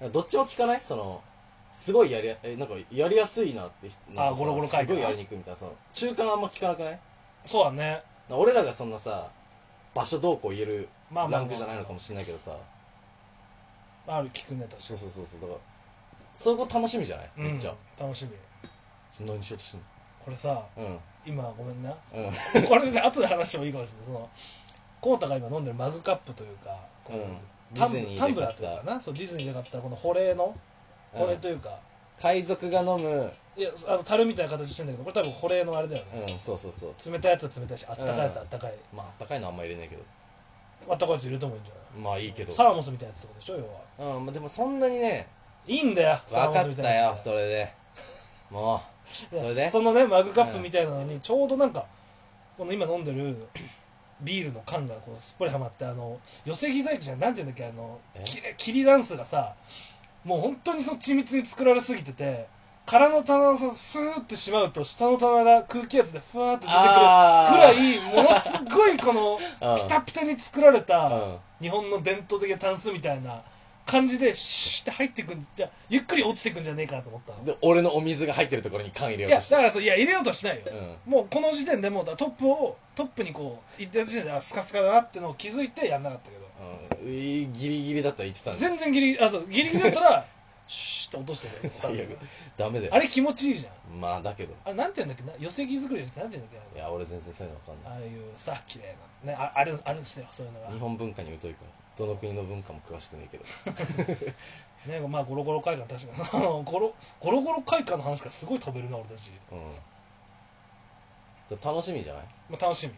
Speaker 2: けど
Speaker 1: うんどっちも聞かないその、すごいやりや、え、なんかやりやすいなって人。なんかさ
Speaker 2: ゴロゴロ会館
Speaker 1: すごいやりにくいみたいな。その、中間あんま聞かなくない
Speaker 2: そうだね
Speaker 1: 俺らがそんなさ、場所どうこう言える
Speaker 2: まあまあ
Speaker 1: ラ
Speaker 2: まあ
Speaker 1: ンクじゃないのかもしれないけどさ。
Speaker 2: ある聞くね確か
Speaker 1: そうそうそうそう。だから、そういうこと楽しみじゃない
Speaker 2: に
Speaker 1: めっちゃ。
Speaker 2: うん、楽しみ
Speaker 1: 何しようとしてん
Speaker 2: これさ
Speaker 1: のうん。
Speaker 2: 今ごめんな
Speaker 1: うん。
Speaker 2: これ別に後で話してもいいかもしれないそのコウタが今飲んでるマグカップというかこう
Speaker 1: うん
Speaker 2: タン
Speaker 1: ディズニーで買った
Speaker 2: タンブラーというかなそうディズニーで買ったこの保冷の保冷というか、
Speaker 1: 海賊が飲む、
Speaker 2: いやあの樽みたいな形してんだけどこれ多分保冷のあれだよね、
Speaker 1: うん、そうそうそう。
Speaker 2: 冷たいやつは冷たいしあったかいやつはあったかい、
Speaker 1: まあ、あったかいのあんま入れないけど。
Speaker 2: あったかいやつ入れてもいいんじゃない
Speaker 1: まあいいけど。
Speaker 2: サラモスみたいなやつとかでしょ要は
Speaker 1: うん、まあでもそんなにね、
Speaker 2: いいんだよサラ
Speaker 1: 分
Speaker 2: モ
Speaker 1: か
Speaker 2: ス
Speaker 1: っ
Speaker 2: みた
Speaker 1: た
Speaker 2: いなや
Speaker 1: よ、
Speaker 2: つ
Speaker 1: それで。もう、それで。
Speaker 2: そのねマグカップみたいなのにちょうどなんかこの今飲んでる ビールの缶がこうすっぽりはまってあの寄せ木細工じゃんなんていうんだっけあの
Speaker 1: え
Speaker 2: き切りダンスがさもう本当にその緻密に作られすぎてて空の棚をさスーってしまうと下の棚が空気圧でふわーって出てくるく
Speaker 1: あー
Speaker 2: らいものすごいこの
Speaker 1: うん
Speaker 2: ピタピタに作られた
Speaker 1: うん。
Speaker 2: 日本の伝統的なタンスみたいな感じでシュッて入ってくんじゃゆっくり落ちてくんじゃねえかなと思ったの。
Speaker 1: で、俺のお水が入ってるところに缶入れよ
Speaker 2: いうや
Speaker 1: として。
Speaker 2: だからそういや入れようとはしないよ、
Speaker 1: う
Speaker 2: もうこの時点でもうだトップをトップにこう行ってる時点であスカスカだなってのを気づいてやんなかったけど
Speaker 1: うん、ギリギリだったら言ってたんだ。
Speaker 2: 全然ギリあそうギリギリだったら シューッて落としてる
Speaker 1: 最悪。ダメだよ。
Speaker 2: あれ気持ちいいじゃん
Speaker 1: まあだけど。
Speaker 2: あれなんて言うんだっけな寄せ木作りじゃなくてなんて言うんだっ
Speaker 1: い
Speaker 2: け
Speaker 1: や、俺全然そういうの分かん
Speaker 2: あ
Speaker 1: ない。
Speaker 2: あいうさ綺麗なねああるあるんですよそういうのが
Speaker 1: 日本文化に疎いから。どの国の文化も詳しくねえけど。
Speaker 2: ねまあゴロゴロ会館確かに あのゴロゴロゴロ会館の話からすごい飛べるな俺たち、
Speaker 1: うん。楽しみじゃない
Speaker 2: まあ、楽しみ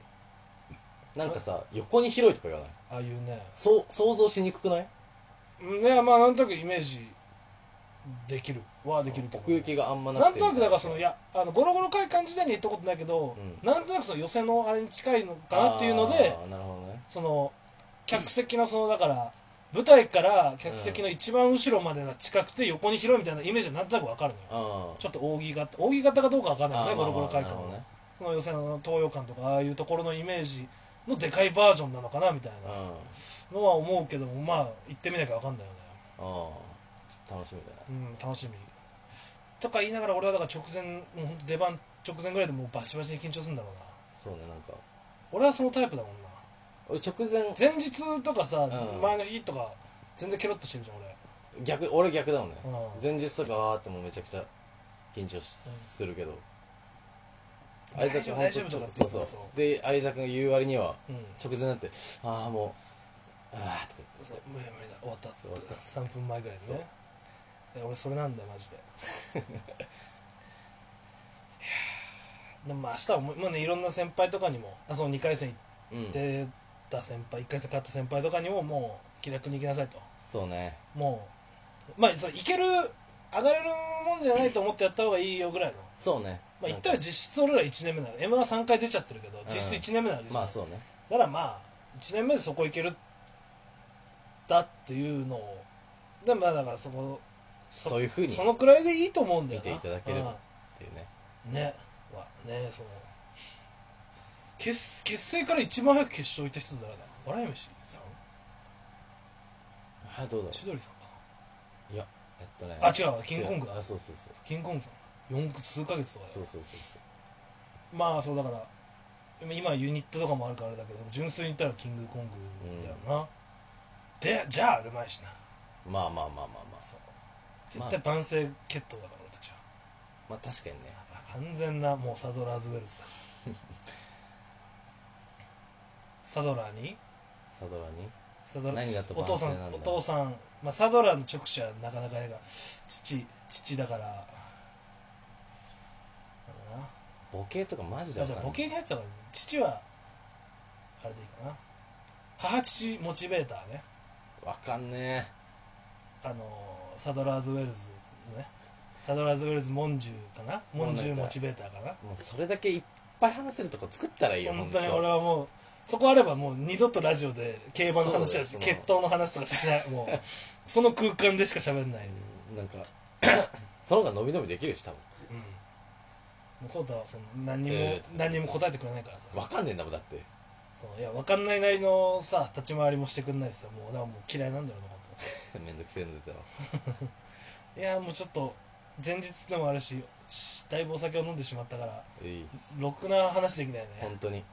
Speaker 1: なんかさ、横に広いとか言わない
Speaker 2: ああいうね
Speaker 1: そう、想像しにくくない
Speaker 2: ねまあなんとなくイメージできるはできるけど
Speaker 1: 奥行きがあんまな
Speaker 2: なん
Speaker 1: く
Speaker 2: と
Speaker 1: て。
Speaker 2: なくだからそのいやあのゴロゴロ会館時代に行ったことないけど、
Speaker 1: う
Speaker 2: なんとなくその寄せのあれに近いのかなっていうので
Speaker 1: あーなるほどね。
Speaker 2: その客席のそのだから舞台から客席の一番後ろまでが近くて横に広いみたいなイメージはなんとなくわかるのよ、
Speaker 1: あー
Speaker 2: ちょっと扇形扇形かどうかわかんないよ
Speaker 1: あ
Speaker 2: ね
Speaker 1: ーまあ
Speaker 2: ゴロゴ
Speaker 1: ま
Speaker 2: ロ
Speaker 1: あ
Speaker 2: 会
Speaker 1: な
Speaker 2: 館
Speaker 1: るほど
Speaker 2: は
Speaker 1: ね
Speaker 2: その寄せの東洋館とかああいうところのイメージのでかいバージョンなのかなみたいなのは思うけどもまあ行ってみなきゃわかんないよね
Speaker 1: うん。ああ。楽しみだね。
Speaker 2: うん、楽しみ。とか言いながら、俺はだから直前、もう本当出番直前ぐらいでもうバチバチに緊張するんだろうな。
Speaker 1: そうね、なんか、
Speaker 2: 俺はそのタイプだもんな
Speaker 1: 俺直前
Speaker 2: 前日とかさ、
Speaker 1: うん
Speaker 2: 前の日とか全然ケロッとしてるじゃん
Speaker 1: 逆俺逆だもんね、
Speaker 2: 俺、うん、
Speaker 1: 前日とかはーってもうめちゃくちゃ緊張し
Speaker 2: うん
Speaker 1: するけど
Speaker 2: 大
Speaker 1: 相
Speaker 2: 丈
Speaker 1: 沢
Speaker 2: 夫
Speaker 1: 本
Speaker 2: 大丈夫とか
Speaker 1: 当
Speaker 2: っ
Speaker 1: そう
Speaker 2: て言うか
Speaker 1: そ
Speaker 2: ら
Speaker 1: うで相沢君が言う割には
Speaker 2: うん
Speaker 1: 直前になってああもうああとか言
Speaker 2: そう無理だ無理だ終わった
Speaker 1: そう終わっ
Speaker 2: 3分前ぐらいですねいや俺それなんだよマジでいやーでもまあ明日はもう、まあね、いろんな先輩とかにもあその2回戦行
Speaker 1: っ
Speaker 2: って
Speaker 1: うん
Speaker 2: てた先輩、1回戦勝った先輩とかにももう気楽に行きなさいと
Speaker 1: そうね
Speaker 2: もうまあそういける上がれるもんじゃないと思ってやった方がいいよぐらいの
Speaker 1: そうね
Speaker 2: まあ言ったら
Speaker 1: なんか
Speaker 2: 実質俺ら1年目なの m 1 3回出ちゃってるけど
Speaker 1: ん
Speaker 2: 実質1年目なわけです
Speaker 1: まあそうね
Speaker 2: だからまあ1年目でそこ行けるだっていうのをでもまあだからそこそ
Speaker 1: そういうふうに
Speaker 2: そのくらいでいいと思うんだよな
Speaker 1: 見ていただければっていうね
Speaker 2: うんねわねその結結成から一番早く決勝行った人誰だ笑い飯さん
Speaker 1: あーどうだろ
Speaker 2: 千鳥さんか
Speaker 1: ういやえっとね
Speaker 2: あ違うキングコングだ
Speaker 1: あそうそうそう
Speaker 2: なキングコングさん4数ヶ月とかだ
Speaker 1: そう
Speaker 2: よ
Speaker 1: そうそうそう
Speaker 2: まあそうだから今今ユニットとかもあるからあれだけど純粋に言ったらキングコングだよな、でじゃああるまいしな
Speaker 1: まあまあまあまあまあ
Speaker 2: そう絶対万世決闘だから俺たちは
Speaker 1: まあ確かにね
Speaker 2: 完全なもうサドラーズウェルスだ サドラーに
Speaker 1: サドラに
Speaker 2: サドラ
Speaker 1: 何がと
Speaker 2: お父さ
Speaker 1: 万世なん
Speaker 2: ん
Speaker 1: だ
Speaker 2: お父さん、まあ、サドラーの直視はなかなかねが父父だからなんだろうな
Speaker 1: ボケとかマジで
Speaker 2: あ
Speaker 1: わ
Speaker 2: じ
Speaker 1: か
Speaker 2: ゃ
Speaker 1: ん
Speaker 2: あ
Speaker 1: ない
Speaker 2: ボケに入ってたから、ね、父はあれでいいかな母父モチベーターね
Speaker 1: わかんね
Speaker 2: あのサドラーズウェルズのねサドラーズウェルズモンジュかなモンジュモチベーターかな
Speaker 1: えもうそれだけいっぱい話せるとこ作ったらいいよ
Speaker 2: 本当に
Speaker 1: ほん
Speaker 2: 俺はもうそこあればもう二度とラジオで競馬の話はし
Speaker 1: そうだよ
Speaker 2: 決闘の話とかしないもうその空間でしか喋んない、
Speaker 1: うんなんか その方が伸び伸びできるし多分
Speaker 2: うん、もうコウタはその何にも、
Speaker 1: えー
Speaker 2: 何にも答えてくれないからさ
Speaker 1: わかんねえんだもんだって
Speaker 2: そういや分かんないなりのさ立ち回りもしてくんないしさもうだからもう嫌いなんだよな本
Speaker 1: めんどくせえの出たわ
Speaker 2: 当いやもうちょっと前日でもあるししだいぶお酒を飲んでしまったから
Speaker 1: いいっす
Speaker 2: ろくな話できないね
Speaker 1: 本当に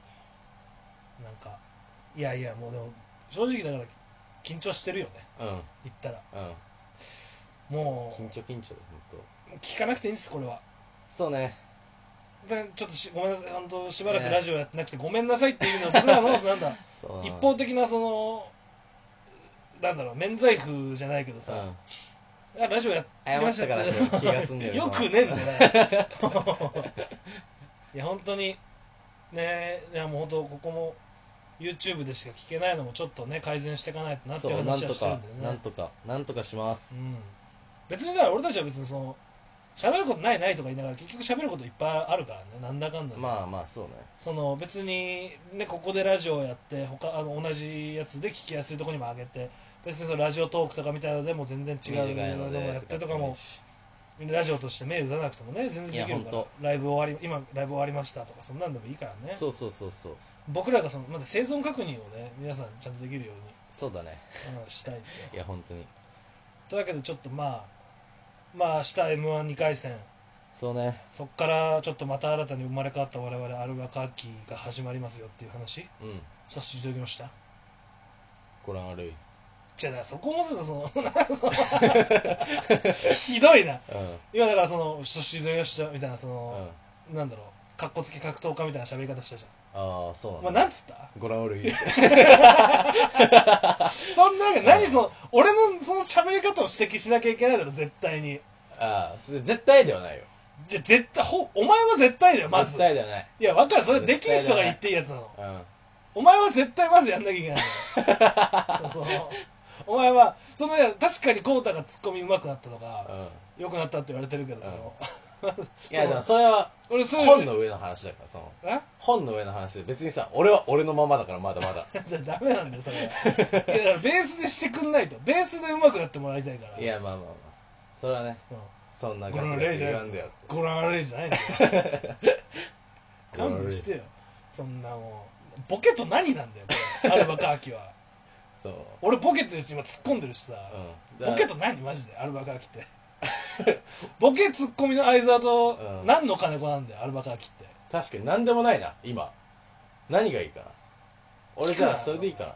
Speaker 2: なんかいやいやもうでも正直だから緊張してるよね
Speaker 1: うんうん
Speaker 2: 言ったらもう
Speaker 1: 緊張緊張だよほんと
Speaker 2: 聞かなくていいんですこれは
Speaker 1: そうね
Speaker 2: でちょっとしごめんなさい本当しばらくラジオやってなくて、ごめんなさいっていうのは僕らのなんだ
Speaker 1: そう
Speaker 2: 一方的なそのなんだろう免罪符じゃないけど
Speaker 1: う
Speaker 2: さ、
Speaker 1: ん
Speaker 2: あラジオや
Speaker 1: 謝
Speaker 2: りま
Speaker 1: っ
Speaker 2: した
Speaker 1: たから
Speaker 2: って
Speaker 1: 気が済んでる
Speaker 2: よくねえんだねいや本当にねいやもう本当ここも YouTube でしか聞けないのもちょっとね改善していかないとなっていう
Speaker 1: そうなん
Speaker 2: 話は
Speaker 1: と
Speaker 2: してる
Speaker 1: か
Speaker 2: んだよね
Speaker 1: なんとかなんとかします
Speaker 2: うん、別にだから俺たちは別にその喋ることないないとか言いながら結局喋ることいっぱいあるからねなんだかんだ、
Speaker 1: まあまあそうね
Speaker 2: その別に、ね、ここでラジオをやって他あの同じやつで聞きやすいところにも上げて別にそのラジオトークとかみたいなのでも全然違うのをやってとかもラジオとして目打たなくてもね全然できるか
Speaker 1: いや
Speaker 2: ら
Speaker 1: ほん
Speaker 2: ライブ終わり今ライブ終わりましたとかそんなんでもいいからね
Speaker 1: そうそうそうそう
Speaker 2: 僕らがそのまだ生存確認をね皆さんちゃんとできるよう
Speaker 1: そうだね
Speaker 2: に、うんしたいですよ
Speaker 1: いや本当に
Speaker 2: というわけでちょっとまあまあ明日 m 1 2回戦
Speaker 1: そうね
Speaker 2: そこからちょっとまた新たに生まれ変わった我々アルバカーキが始まりますよっていう話
Speaker 1: うん
Speaker 2: させていただきました
Speaker 1: ご覧あるいうん
Speaker 2: じゃあなそこもさその そのひどいな今だからそのさせていただきましたみたいなそ
Speaker 1: うん
Speaker 2: の、なんだろうかっこつけ格闘家みたいな喋り方したじ
Speaker 1: ああそう
Speaker 2: ゃん、
Speaker 1: な
Speaker 2: まあ、
Speaker 1: ん
Speaker 2: な
Speaker 1: だ
Speaker 2: んつった
Speaker 1: ご覧あるい
Speaker 2: そんなわけ何その俺のその喋り方を指摘しなきゃいけないだろ絶対に
Speaker 1: ああす絶対ではないよ
Speaker 2: じゃあ絶対ほお前は絶対だよまず
Speaker 1: 絶対ではない
Speaker 2: いやわかるそれできる人が言っていいやつなの
Speaker 1: うん
Speaker 2: お前は絶対まずやんなきゃ いけないのよそうお前はその確かに豪太がツッコミ上手くなったとか
Speaker 1: うん
Speaker 2: 良くなったって言われてるけどその
Speaker 1: いやでもそれは
Speaker 2: 俺そういう
Speaker 1: 本の上の話だからその
Speaker 2: え
Speaker 1: 本の上の話で別にさ俺は俺のままだからまだまだ
Speaker 2: じゃあダメなんだよそれ はいやだからベースでしてくんないとベースで上手くなってもらいたいから
Speaker 1: いやまあまあまあそれはね
Speaker 2: うん
Speaker 1: そんな
Speaker 2: ご
Speaker 1: ガツ
Speaker 2: 覧
Speaker 1: ガツ
Speaker 2: あれじゃ
Speaker 1: 言
Speaker 2: な
Speaker 1: わ
Speaker 2: い
Speaker 1: んだよって
Speaker 2: ご覧あれじゃないんだよ勘弁してよそんなもうボケと何なんだよこれアルバカーキ は
Speaker 1: そう
Speaker 2: 俺ボケてるし今突っ込んでるしさ、
Speaker 1: うんだ
Speaker 2: ボケと何マジでアルバカーキってボケツッコミの相沢と
Speaker 1: うん
Speaker 2: 何の金子なんだよアルバカーキって
Speaker 1: 確かに何でもないな今何がいいかな俺じゃあ
Speaker 2: 聞くな
Speaker 1: それでいいか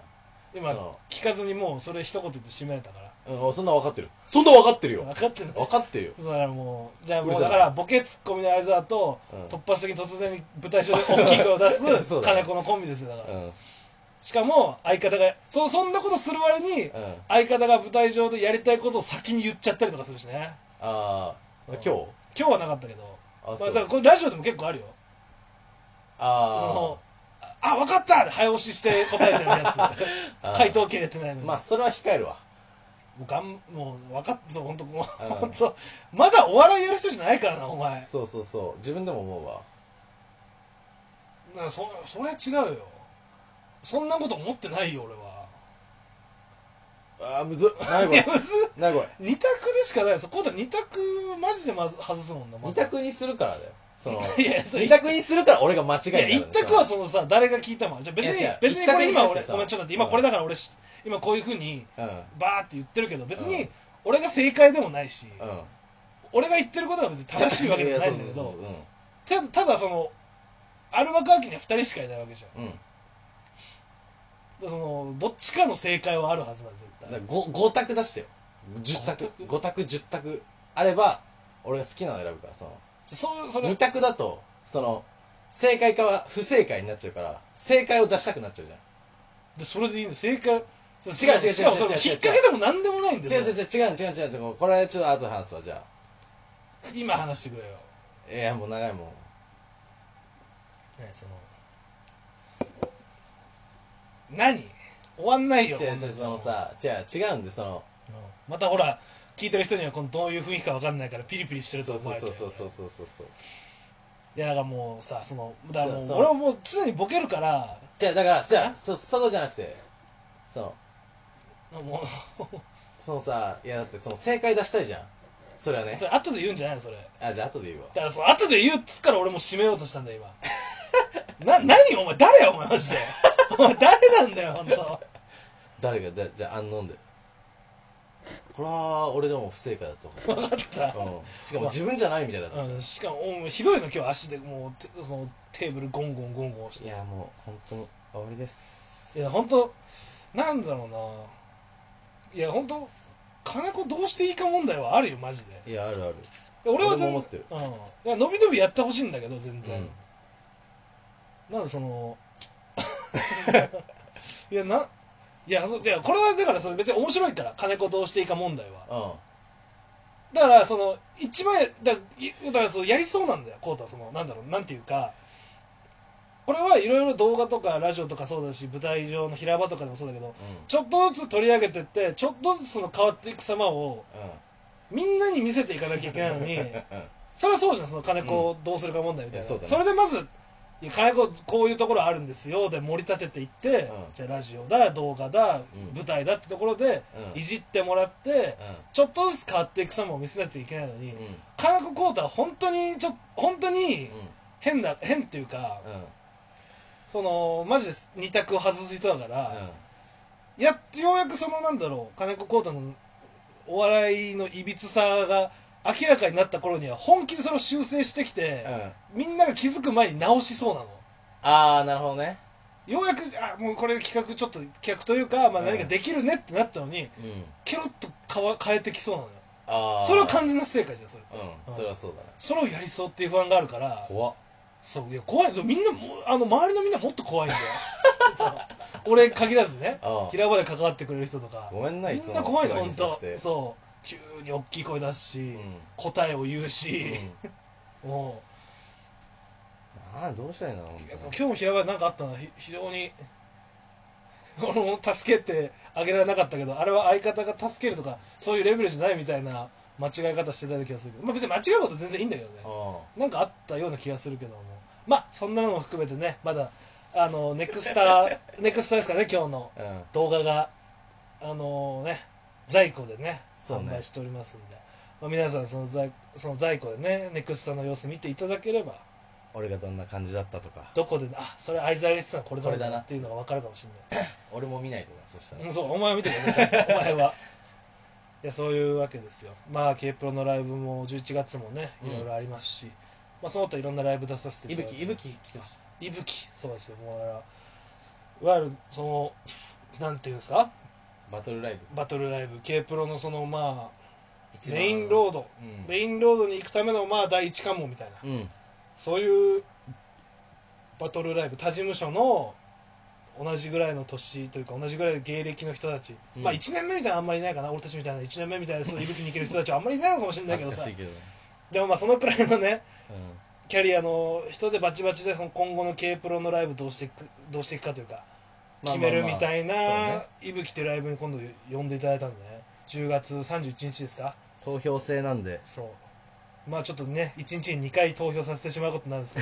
Speaker 2: 今
Speaker 1: そう
Speaker 2: 聞かずにもうそれ一言言ってしまえたから
Speaker 1: なうんそんな分かってるそんな分かってるよ
Speaker 2: 分かってんの
Speaker 1: 分かってるよ
Speaker 2: そうだからもうじゃあ
Speaker 1: うる
Speaker 2: も
Speaker 1: さ
Speaker 2: う
Speaker 1: い
Speaker 2: だからボケツッコミの相沢と、
Speaker 1: うん
Speaker 2: 突発的に突然に舞台上で大きい声を出
Speaker 1: そう
Speaker 2: す
Speaker 1: だね
Speaker 2: 金子のコンビですよだから、
Speaker 1: うん
Speaker 2: しかも相方がそそんなことする割に、
Speaker 1: うん
Speaker 2: 相方が舞台上でやりたいことを先に言っちゃったりとかするしね
Speaker 1: ああ
Speaker 2: うん
Speaker 1: 今日
Speaker 2: 今日はなかったけど
Speaker 1: あ
Speaker 2: ま
Speaker 1: そ
Speaker 2: あ、
Speaker 1: う
Speaker 2: だからこれラジオでも結構あるよそ
Speaker 1: あ
Speaker 2: のあ分かったって早押しして答えちゃう や
Speaker 1: あー
Speaker 2: つ回答切れてないの
Speaker 1: あ
Speaker 2: に、
Speaker 1: まあそれは控えるわ
Speaker 2: もうがんもう分かっそう本当もう
Speaker 1: うん
Speaker 2: 本当まだお笑いやる人じゃないからなお前
Speaker 1: そうそうそう自分でも思うわ
Speaker 2: だからそそれは違うよそんなこと思ってないよ俺は
Speaker 1: あーむずっ何こ
Speaker 2: いや
Speaker 1: れ
Speaker 2: むずっ
Speaker 1: 何これ
Speaker 2: 二択でしかないそこで二択マジでまず外すもんなま
Speaker 1: 二
Speaker 2: だ
Speaker 1: 択にするからだよその
Speaker 2: いやそれ
Speaker 1: 二択にするから俺が間違い
Speaker 2: い
Speaker 1: にな
Speaker 2: や
Speaker 1: る
Speaker 2: 一
Speaker 1: んだよ
Speaker 2: 択はそのさ誰が聞いてもじゃあ別
Speaker 1: い
Speaker 2: に
Speaker 1: や違う
Speaker 2: 別にこれ
Speaker 1: 一択にしな
Speaker 2: 今
Speaker 1: くて
Speaker 2: 俺
Speaker 1: さ
Speaker 2: ごめんちょっと待って今これだから俺し今こういうふうにバーって言ってるけど別
Speaker 1: う
Speaker 2: に
Speaker 1: ん
Speaker 2: 俺が正解でもないし
Speaker 1: うんうん
Speaker 2: 俺が言ってることが別に正しいわけでもないんだけ
Speaker 1: やそうそ
Speaker 2: ど
Speaker 1: う
Speaker 2: たただそのアルバカーキには2人しかいないわけじゃんだ
Speaker 1: そううんうん
Speaker 2: からそのどっちかの正解はあるはずだ絶
Speaker 1: だから
Speaker 2: 対
Speaker 1: ご5択出してよ10択5択10択あれば俺が好きなの選ぶからその
Speaker 2: そうそれ
Speaker 1: 2択だとその正解かは不正解になっちゃうから正解を出したくなっちゃうじゃん
Speaker 2: でそれでいいんだ正解違う
Speaker 1: 違う違う
Speaker 2: しかもそれ
Speaker 1: 違う違う違う
Speaker 2: 引っ掛けでも何でもないんだ
Speaker 1: 違
Speaker 2: よ
Speaker 1: う違う違う違う違う違う違うこれちょっと後で話すわじゃ
Speaker 2: 今話してくれよ
Speaker 1: あいやもう長いもん
Speaker 2: ねその何終わんない
Speaker 1: 違う
Speaker 2: よ
Speaker 1: 違う
Speaker 2: こ
Speaker 1: ん
Speaker 2: なの
Speaker 1: そのさ違う違うんでその
Speaker 2: うんまたほら聞いてる人にはこのどういう雰囲気かわかんないからピリピリしてると
Speaker 1: そう
Speaker 2: 思
Speaker 1: そう
Speaker 2: われち
Speaker 1: そ
Speaker 2: ゃ
Speaker 1: う
Speaker 2: う
Speaker 1: そうそううそうそうそう
Speaker 2: いやだからもうさそのだから
Speaker 1: そ
Speaker 2: も
Speaker 1: う
Speaker 2: う
Speaker 1: そう
Speaker 2: 俺はもう常にボケるから
Speaker 1: じゃあだからじゃあそそこじゃなくてその
Speaker 2: も
Speaker 1: そのさいやだってその正解出したいじゃんそれは
Speaker 2: う
Speaker 1: ね
Speaker 2: それ後で言うんじゃないのそれだ
Speaker 1: あじゃあ後で言うわ
Speaker 2: からそう後で言うっつから俺も締めようとしたんだよ今 な何お前誰お前マジでお前誰なんだよ本当
Speaker 1: 誰がだじゃああんのんでこれは俺でも不正解だと思う
Speaker 2: 分かった、
Speaker 1: うんしかも自分じゃないみたいだったし、
Speaker 2: うん、しかもお前ひどいの今日足でもうてそのテーブルゴンゴンゴンゴン押して
Speaker 1: いやもう本当に終わりです
Speaker 2: いや本当なんだろうないや本当金子どうしていいか問題はあるよマジで
Speaker 1: いやあるある
Speaker 2: 俺は
Speaker 1: 俺も
Speaker 2: 全
Speaker 1: 思ってる
Speaker 2: うん、いや伸び伸びやってほしいんだけど全
Speaker 1: う
Speaker 2: 然、
Speaker 1: ん
Speaker 2: なんでその いやないやそういやこれはだからその別に面白いから金子どうしていいか問題は
Speaker 1: うん
Speaker 2: だからその一番だいだからそうやりそうなんだよコウタはそのなんだろうなんていうかこれはいろいろ動画とかラジオとかそうだし舞台上の平場とかでもそうだけどちょっとずつ取り上げてってちょっとずつその変わっていく様を
Speaker 1: う
Speaker 2: みんなに見せていかなきゃいけない のに
Speaker 1: んうん
Speaker 2: それはそうじゃんその金子をどうするか問題みたい
Speaker 1: いや
Speaker 2: な、
Speaker 1: そう
Speaker 2: そ
Speaker 1: だね
Speaker 2: れでまずいや金子こういうところあるんですよで盛り立てていって、じゃあラジオだ動画だ、
Speaker 1: うん
Speaker 2: 舞台だってところで
Speaker 1: うん
Speaker 2: いじってもらって、ちょっとずつ変わっていく様を見せなきゃいけないのに、
Speaker 1: うんうん
Speaker 2: 金子浩太は本当にちょ本当に変だ変っていうか、
Speaker 1: うん
Speaker 2: そのマジで二択を外す人だから、
Speaker 1: う
Speaker 2: やっとようやくそのなんだろう金子浩太のお笑いのいびつさが明らかになった頃には本気でそれを修正してきて、
Speaker 1: んうん
Speaker 2: みんなが気づく前に直しそうなの
Speaker 1: ああなるほどね
Speaker 2: ようやくあもうこれ企画ちょっと企画というか、まあ、
Speaker 1: うん
Speaker 2: 何かできるねってなったのに、
Speaker 1: うん
Speaker 2: ケロッと変わ変えてきそうなのよ
Speaker 1: ああ
Speaker 2: それは完全な不正解じゃんそれ
Speaker 1: うんそれはそうだね
Speaker 2: それをやりそうっていう不安があるから
Speaker 1: 怖っ
Speaker 2: そういや怖いみんなもうあの周りのみんなもっと怖いん だよそう俺限らずね
Speaker 1: あ
Speaker 2: 平場で関わってくれる人とか
Speaker 1: ごめんない
Speaker 2: み
Speaker 1: つも
Speaker 2: んな怖いの
Speaker 1: 声
Speaker 2: 本
Speaker 1: にさせ
Speaker 2: 当
Speaker 1: て
Speaker 2: そう急に大きい声出すし、
Speaker 1: うん
Speaker 2: 答えを言う
Speaker 1: う
Speaker 2: し、
Speaker 1: ん
Speaker 2: も
Speaker 1: ああどうしたらいいの
Speaker 2: う
Speaker 1: 本当
Speaker 2: 今
Speaker 1: に
Speaker 2: 日も平場で何かあったのひ非常に 俺も助けてあげられなかったけどあれは相方が助けるとかそういうレベルじゃないみたいな間違い方してた気がするけど、まあ、別に間違うことは全然いいんだけどね
Speaker 1: あ
Speaker 2: なんかあったような気がするけども、まあそんなのも含めてね、まだあのネクス タネクスタですからね今日の
Speaker 1: あうん
Speaker 2: 動画があのね在庫でね
Speaker 1: そうね
Speaker 2: 販売しておりますんで、まあ、皆さんその在その在庫でねネクスタの様子見ていただければ
Speaker 1: 俺がどんな感じだったとか
Speaker 2: どこであそれ相沢が言ってたのこれだ
Speaker 1: これだな
Speaker 2: なっていうのが分かるかもしれないです
Speaker 1: 俺も見ないとなそしたら
Speaker 2: うんそうお前は見てくださ いお前は。いやそういうわけですよ、まあ、K プロのライブも11月もね、いろいろありますし、まあ、その他いろんなライブ出させて
Speaker 1: い
Speaker 2: い
Speaker 1: ぶ
Speaker 2: ただい
Speaker 1: き
Speaker 2: て
Speaker 1: いぶき来てほしい
Speaker 2: いぶきそうですよもうだからいわゆるそのなんていうんですか
Speaker 1: バトルライブ
Speaker 2: バトルライブ K プロのそのまあ
Speaker 1: 一番
Speaker 2: メインロード、
Speaker 1: うん
Speaker 2: メインロードに行くためのまあ第一関門みたいな、
Speaker 1: うん
Speaker 2: そういうバトルライブ他事務所の同じぐらいの年というか同じぐらいの芸歴の人たち、
Speaker 1: うん
Speaker 2: まあ1年目みたいなのあんまりいないかな俺たちみたいな1年目みたいなそういぶきに行ける人たちはあんまりいないのかもしれないけ
Speaker 1: 恥ずか
Speaker 2: どさ
Speaker 1: しいけどね
Speaker 2: でもまあそのくらいのね
Speaker 1: うん
Speaker 2: キャリアの人でバチバチでその今後の K プロのライブどうしていくどうしていくかというか
Speaker 1: まあまあまあ
Speaker 2: 決めるみたい
Speaker 1: そう
Speaker 2: な
Speaker 1: ね
Speaker 2: いぶきっていうライブに今度呼んでいただいたんでね10月31日ですか
Speaker 1: 投票制なんで
Speaker 2: そうまあちょっとね1日に2回投票させてしまうことになるんです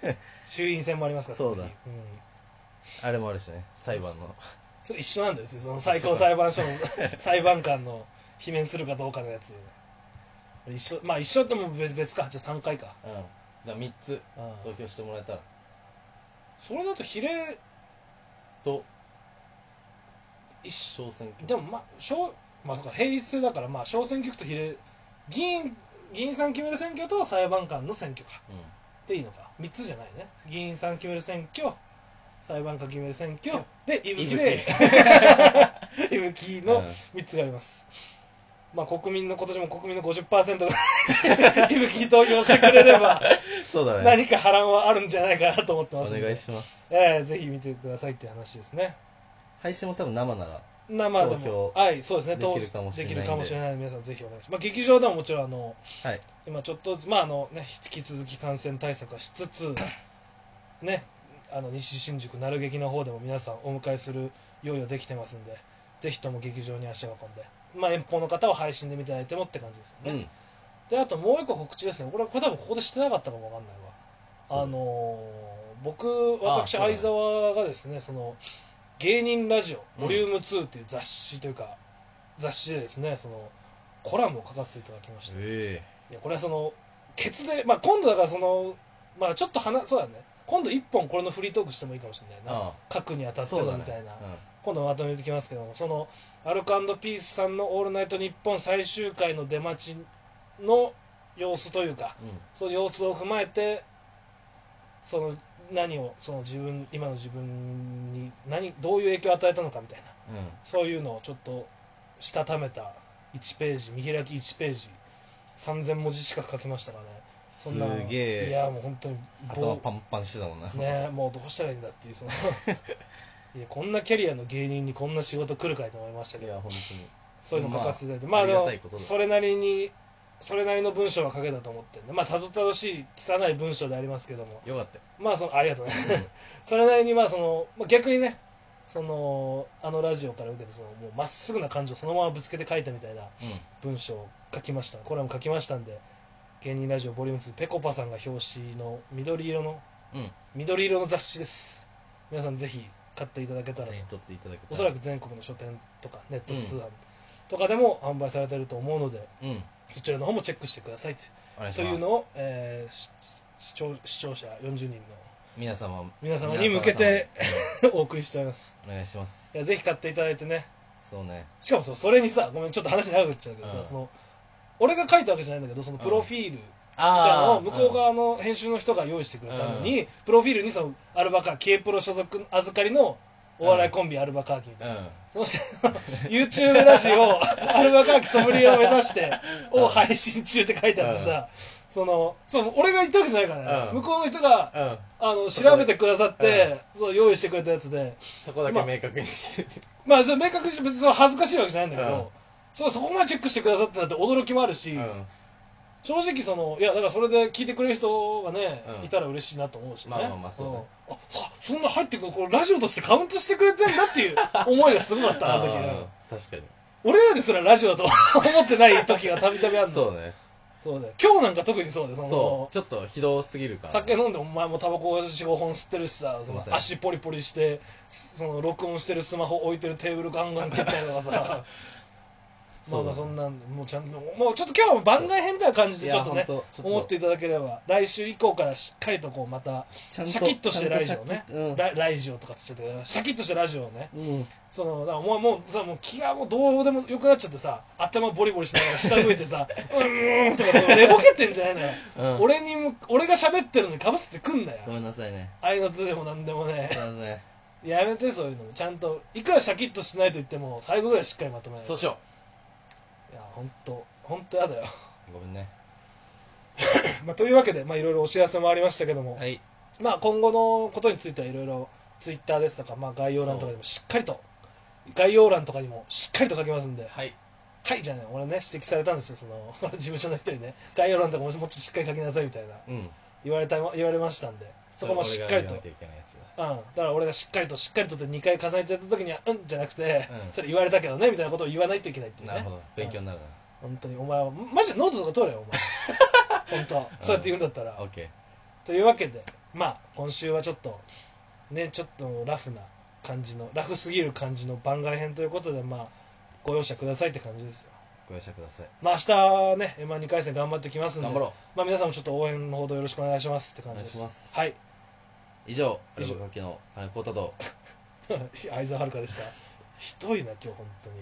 Speaker 2: けど ね衆院選もありますから
Speaker 1: そうだ
Speaker 2: の時うん、
Speaker 1: あれもあるしね裁判の
Speaker 2: それ一緒なんですよその最高裁判所の裁判官の罷免するかどうかのやつ一緒まあ一緒でも別別かじゃあ3回か、
Speaker 1: うんだから3つ
Speaker 2: うん
Speaker 1: 投票してもらえたら
Speaker 2: それだと比例
Speaker 1: と
Speaker 2: 一緒
Speaker 1: 小選挙
Speaker 2: でもまあ小まあそうか並立制だからまあ小選挙区と比例議員議員さん決める選挙と裁判官の選挙か
Speaker 1: うん
Speaker 2: でいいのか3つじゃないね議員さん決める選挙裁判官決める選挙でいぶきで いぶきの3つがあります、まあ国民の今年も国民の50%が いぶきに投票してくれれば
Speaker 1: そうだね
Speaker 2: 何か波乱はあるんじゃないかなと思って
Speaker 1: お
Speaker 2: ますんで
Speaker 1: 願いします
Speaker 2: ええぜひ見てくださいっていう話ですね
Speaker 1: 配信も多分生なら
Speaker 2: 生で
Speaker 1: 投
Speaker 2: も
Speaker 1: 票
Speaker 2: はいそうですね投
Speaker 1: できるかもしれないんで
Speaker 2: できるかもしれないので皆さんぜひお願いします、まあ、劇場でももちろんあの
Speaker 1: はい
Speaker 2: 今ちょっとずつ、まああのね、引き続き感染対策はしつ つ、ね、あの西新宿、鳴る劇の方でも皆さんお迎えする用意はできてますんで、ぜひとも劇場に足を運んで、まあ、遠方の方は配信で見ていただいてもって感じですよ
Speaker 1: う
Speaker 2: ね。
Speaker 1: ん
Speaker 2: であともう一個告知ですね、これこれ多分ここでしてなかったかもわかんないわ。あのー僕、私、
Speaker 1: あそうだね
Speaker 2: 相沢がですね、その芸人ラジオ、
Speaker 1: うん
Speaker 2: ボリューム2っていう雑誌というか、雑誌でですね、そのコラムを書かせていただきました。
Speaker 1: え
Speaker 2: いやこれはそのケツで、まあ、今度だからその、まあ、ちょっと話そうだね今度一本これのフリートークしてもいいかもしれないな
Speaker 1: ああ
Speaker 2: 書くにあ
Speaker 1: え
Speaker 2: たって
Speaker 1: そうだ
Speaker 2: は
Speaker 1: ね
Speaker 2: みたいな、
Speaker 1: うん
Speaker 2: 今度まとめてきますけどもそのアルコピースさんの「オールナイトニッポン」最終回の出待ちの様子というか
Speaker 1: うん
Speaker 2: その様子を踏まえてその何をその自分今の自分に何どういう影響を与えたのかみたいな
Speaker 1: うん
Speaker 2: そういうのをちょっとしたためた1ページ見開き1ページ3000文字近く書きましたからねそ
Speaker 1: す
Speaker 2: んなの
Speaker 1: げ
Speaker 2: い
Speaker 1: え
Speaker 2: やもう本当に
Speaker 1: 頭パンパンしてたもんな
Speaker 2: ねもうどうしたらいいんだっ ていうそのいやこんなキャリアの芸人にこんな仕事来るかいと思いました
Speaker 1: い
Speaker 2: け
Speaker 1: や
Speaker 2: ど
Speaker 1: 本
Speaker 2: そういうの書かせていただいて
Speaker 1: ま
Speaker 2: ま
Speaker 1: あ
Speaker 2: あ
Speaker 1: あ
Speaker 2: あ
Speaker 1: りが
Speaker 2: の
Speaker 1: たいことだ
Speaker 2: それなりにそれなりの文章は書けたと思ってるんでまあたどたどしい拙い文章でありますけども
Speaker 1: 当によかったよ
Speaker 2: まあそのありがとうね それなりにまあそのまあ逆にねそのあのラジオから受けてそのもうまっすぐな感情をそのままぶつけて書いたみたいな
Speaker 1: うん
Speaker 2: 文章を書きましたコラム書きましたんで芸人ラジオボリューム2ペコパさんが表紙の緑色の
Speaker 1: うん
Speaker 2: 緑色の雑誌です皆さんぜひ買っていただけたらと
Speaker 1: 手に取っていただけた
Speaker 2: おそらく
Speaker 1: く
Speaker 2: 全国の書店とかネット通販とかでも販売されてると思うので
Speaker 1: うん
Speaker 2: そちらの方もチェックしてくださいと
Speaker 1: お願いし
Speaker 2: と
Speaker 1: ます
Speaker 2: いうのを、えーし視聴視聴者40人の
Speaker 1: 皆様
Speaker 2: 皆様に向けて
Speaker 1: 皆様
Speaker 2: お送りしております
Speaker 1: お願いします
Speaker 2: いやぜひ買っていただいてね
Speaker 1: そうね
Speaker 2: しかもそうそれにさごめんちょっと話長くなっちゃうけどさ、
Speaker 1: うん
Speaker 2: その俺が書いたわけじゃないんだけどそのプロフィール
Speaker 1: あ
Speaker 2: の向こう側の編集の人が用意してくれたのに、プロフィールにそのアルバカーキ K プロ所属預かりのお笑いコンビアルバカーキみたいな、
Speaker 1: うん
Speaker 2: その人の YouTube ラジオアルバカーキソムリエを目指して
Speaker 1: う
Speaker 2: を
Speaker 1: ん
Speaker 2: 配信中って書いてあってさ、そのそう俺が言ったわけじゃないからね、
Speaker 1: うん
Speaker 2: 向こうの人が
Speaker 1: うん
Speaker 2: あの調べてくださって、そう用意してくれたやつで、
Speaker 1: そこだけ明確にして
Speaker 2: まあ、それ明確にして別にその恥ずかしいわけじゃないんだけど、
Speaker 1: うん
Speaker 2: そうそこまでチェックしてくださってたって驚きもあるし、
Speaker 1: うん
Speaker 2: 正直その、いや、だからそれで聞いてくれる人がね、
Speaker 1: うん
Speaker 2: いたら嬉しいなと思うしね、
Speaker 1: まあまあまあそうね
Speaker 2: うんああそんな入ってくる、これラジオとしてカウントしてくれてんだって いう思いがすごかった、あの時
Speaker 1: あ
Speaker 2: は。
Speaker 1: ー確かに
Speaker 2: 俺らですらラジオだと思ってない時がたびたびあるの。
Speaker 1: そうね
Speaker 2: そうだよ今日なんか特にそうで、その
Speaker 1: そうちょっとひどすぎるから
Speaker 2: 酒飲んでお前もタバコ45本吸ってるしさ
Speaker 1: すいません
Speaker 2: 足ポリポリ してその録音してるスマホ置いてるテーブルガンガン蹴ったりとかさまあまあ
Speaker 1: そ
Speaker 2: そ
Speaker 1: うん
Speaker 2: なんでもうちゃんともうちょっと今日はもう番外編みたいな感じでちょっと
Speaker 1: いや
Speaker 2: ね
Speaker 1: ほんとちょっと
Speaker 2: 思っていただければ来週以降からしっかりとこうまた
Speaker 1: ち
Speaker 2: シ
Speaker 1: ゃんと
Speaker 2: ャキッとしてラジオ
Speaker 1: ちゃん
Speaker 2: ね
Speaker 1: とシャキッうん
Speaker 2: ララジオとかつっちゃってシャキッとしてラジオをね
Speaker 1: うん
Speaker 2: そのだからもうもうさもう気がもうどうでもよくなっちゃってさ頭ボリボリしながら下向いてさ うーんとかその寝ぼけてんじゃないのよ、
Speaker 1: うん
Speaker 2: 俺にむ俺が喋ってるのにかぶせてくんなよ
Speaker 1: ごめんなさいね
Speaker 2: 愛の手でもなんでもね
Speaker 1: ごめんなさい
Speaker 2: やめてそういうのもちゃんといくらシャキッとしないと言っても最後ぐらいしっかりまとめない
Speaker 1: そ
Speaker 2: と
Speaker 1: うしよ
Speaker 2: いや本当本当やだよ
Speaker 1: うごめんね
Speaker 2: まあというわけでまあいろいろお知らせもありましたけども、
Speaker 1: はい
Speaker 2: まあ今後のことについてはいろいろツイッターですとかまあ概要欄とかにもしっかりと概要欄とかにもしっかりと書きますんで
Speaker 1: はい
Speaker 2: はいじゃあね俺ね指摘されたんですよその 事務所の人にね概要欄とかももっとしっかり書きなさいみたいな
Speaker 1: うん
Speaker 2: 言われた言われましたんでそこもしっかりと
Speaker 1: 俺が言わな
Speaker 2: うん
Speaker 1: きゃいけないやつだ
Speaker 2: だから俺がしっかりとしっかりとって2回重ねてやった時にはうんじゃなくて、
Speaker 1: うん
Speaker 2: それ言われたけどねみたいなことを言わないといけないっていうね
Speaker 1: なるほど勉強になる
Speaker 2: 本当にお前はマジでノートとか取れよ お前本当そうやって言うんだったら、
Speaker 1: なオッケ
Speaker 2: というわけでまあ今週はちょっとねちょっとラフな感じのラフすぎる感じの番外編ということでまあご容赦くださいって感じですよ
Speaker 1: ーご容赦ください
Speaker 2: まあ明日ね m 1 2回戦頑張ってきますんで
Speaker 1: 頑張ろう
Speaker 2: まあ皆さんもちょっと応援のほどよろしくお願いしますって感じです
Speaker 1: お願いします
Speaker 2: はい
Speaker 1: 以上
Speaker 2: 以
Speaker 1: 以
Speaker 2: 上
Speaker 1: 上きの金子太と
Speaker 2: 相沢遥でしたひどいな今日本当に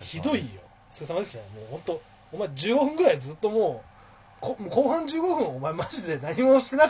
Speaker 2: ひどいよお疲れ様ですねもう本当お前15分ぐらいずっともうこもう後半15分お前マジで何もしてなかった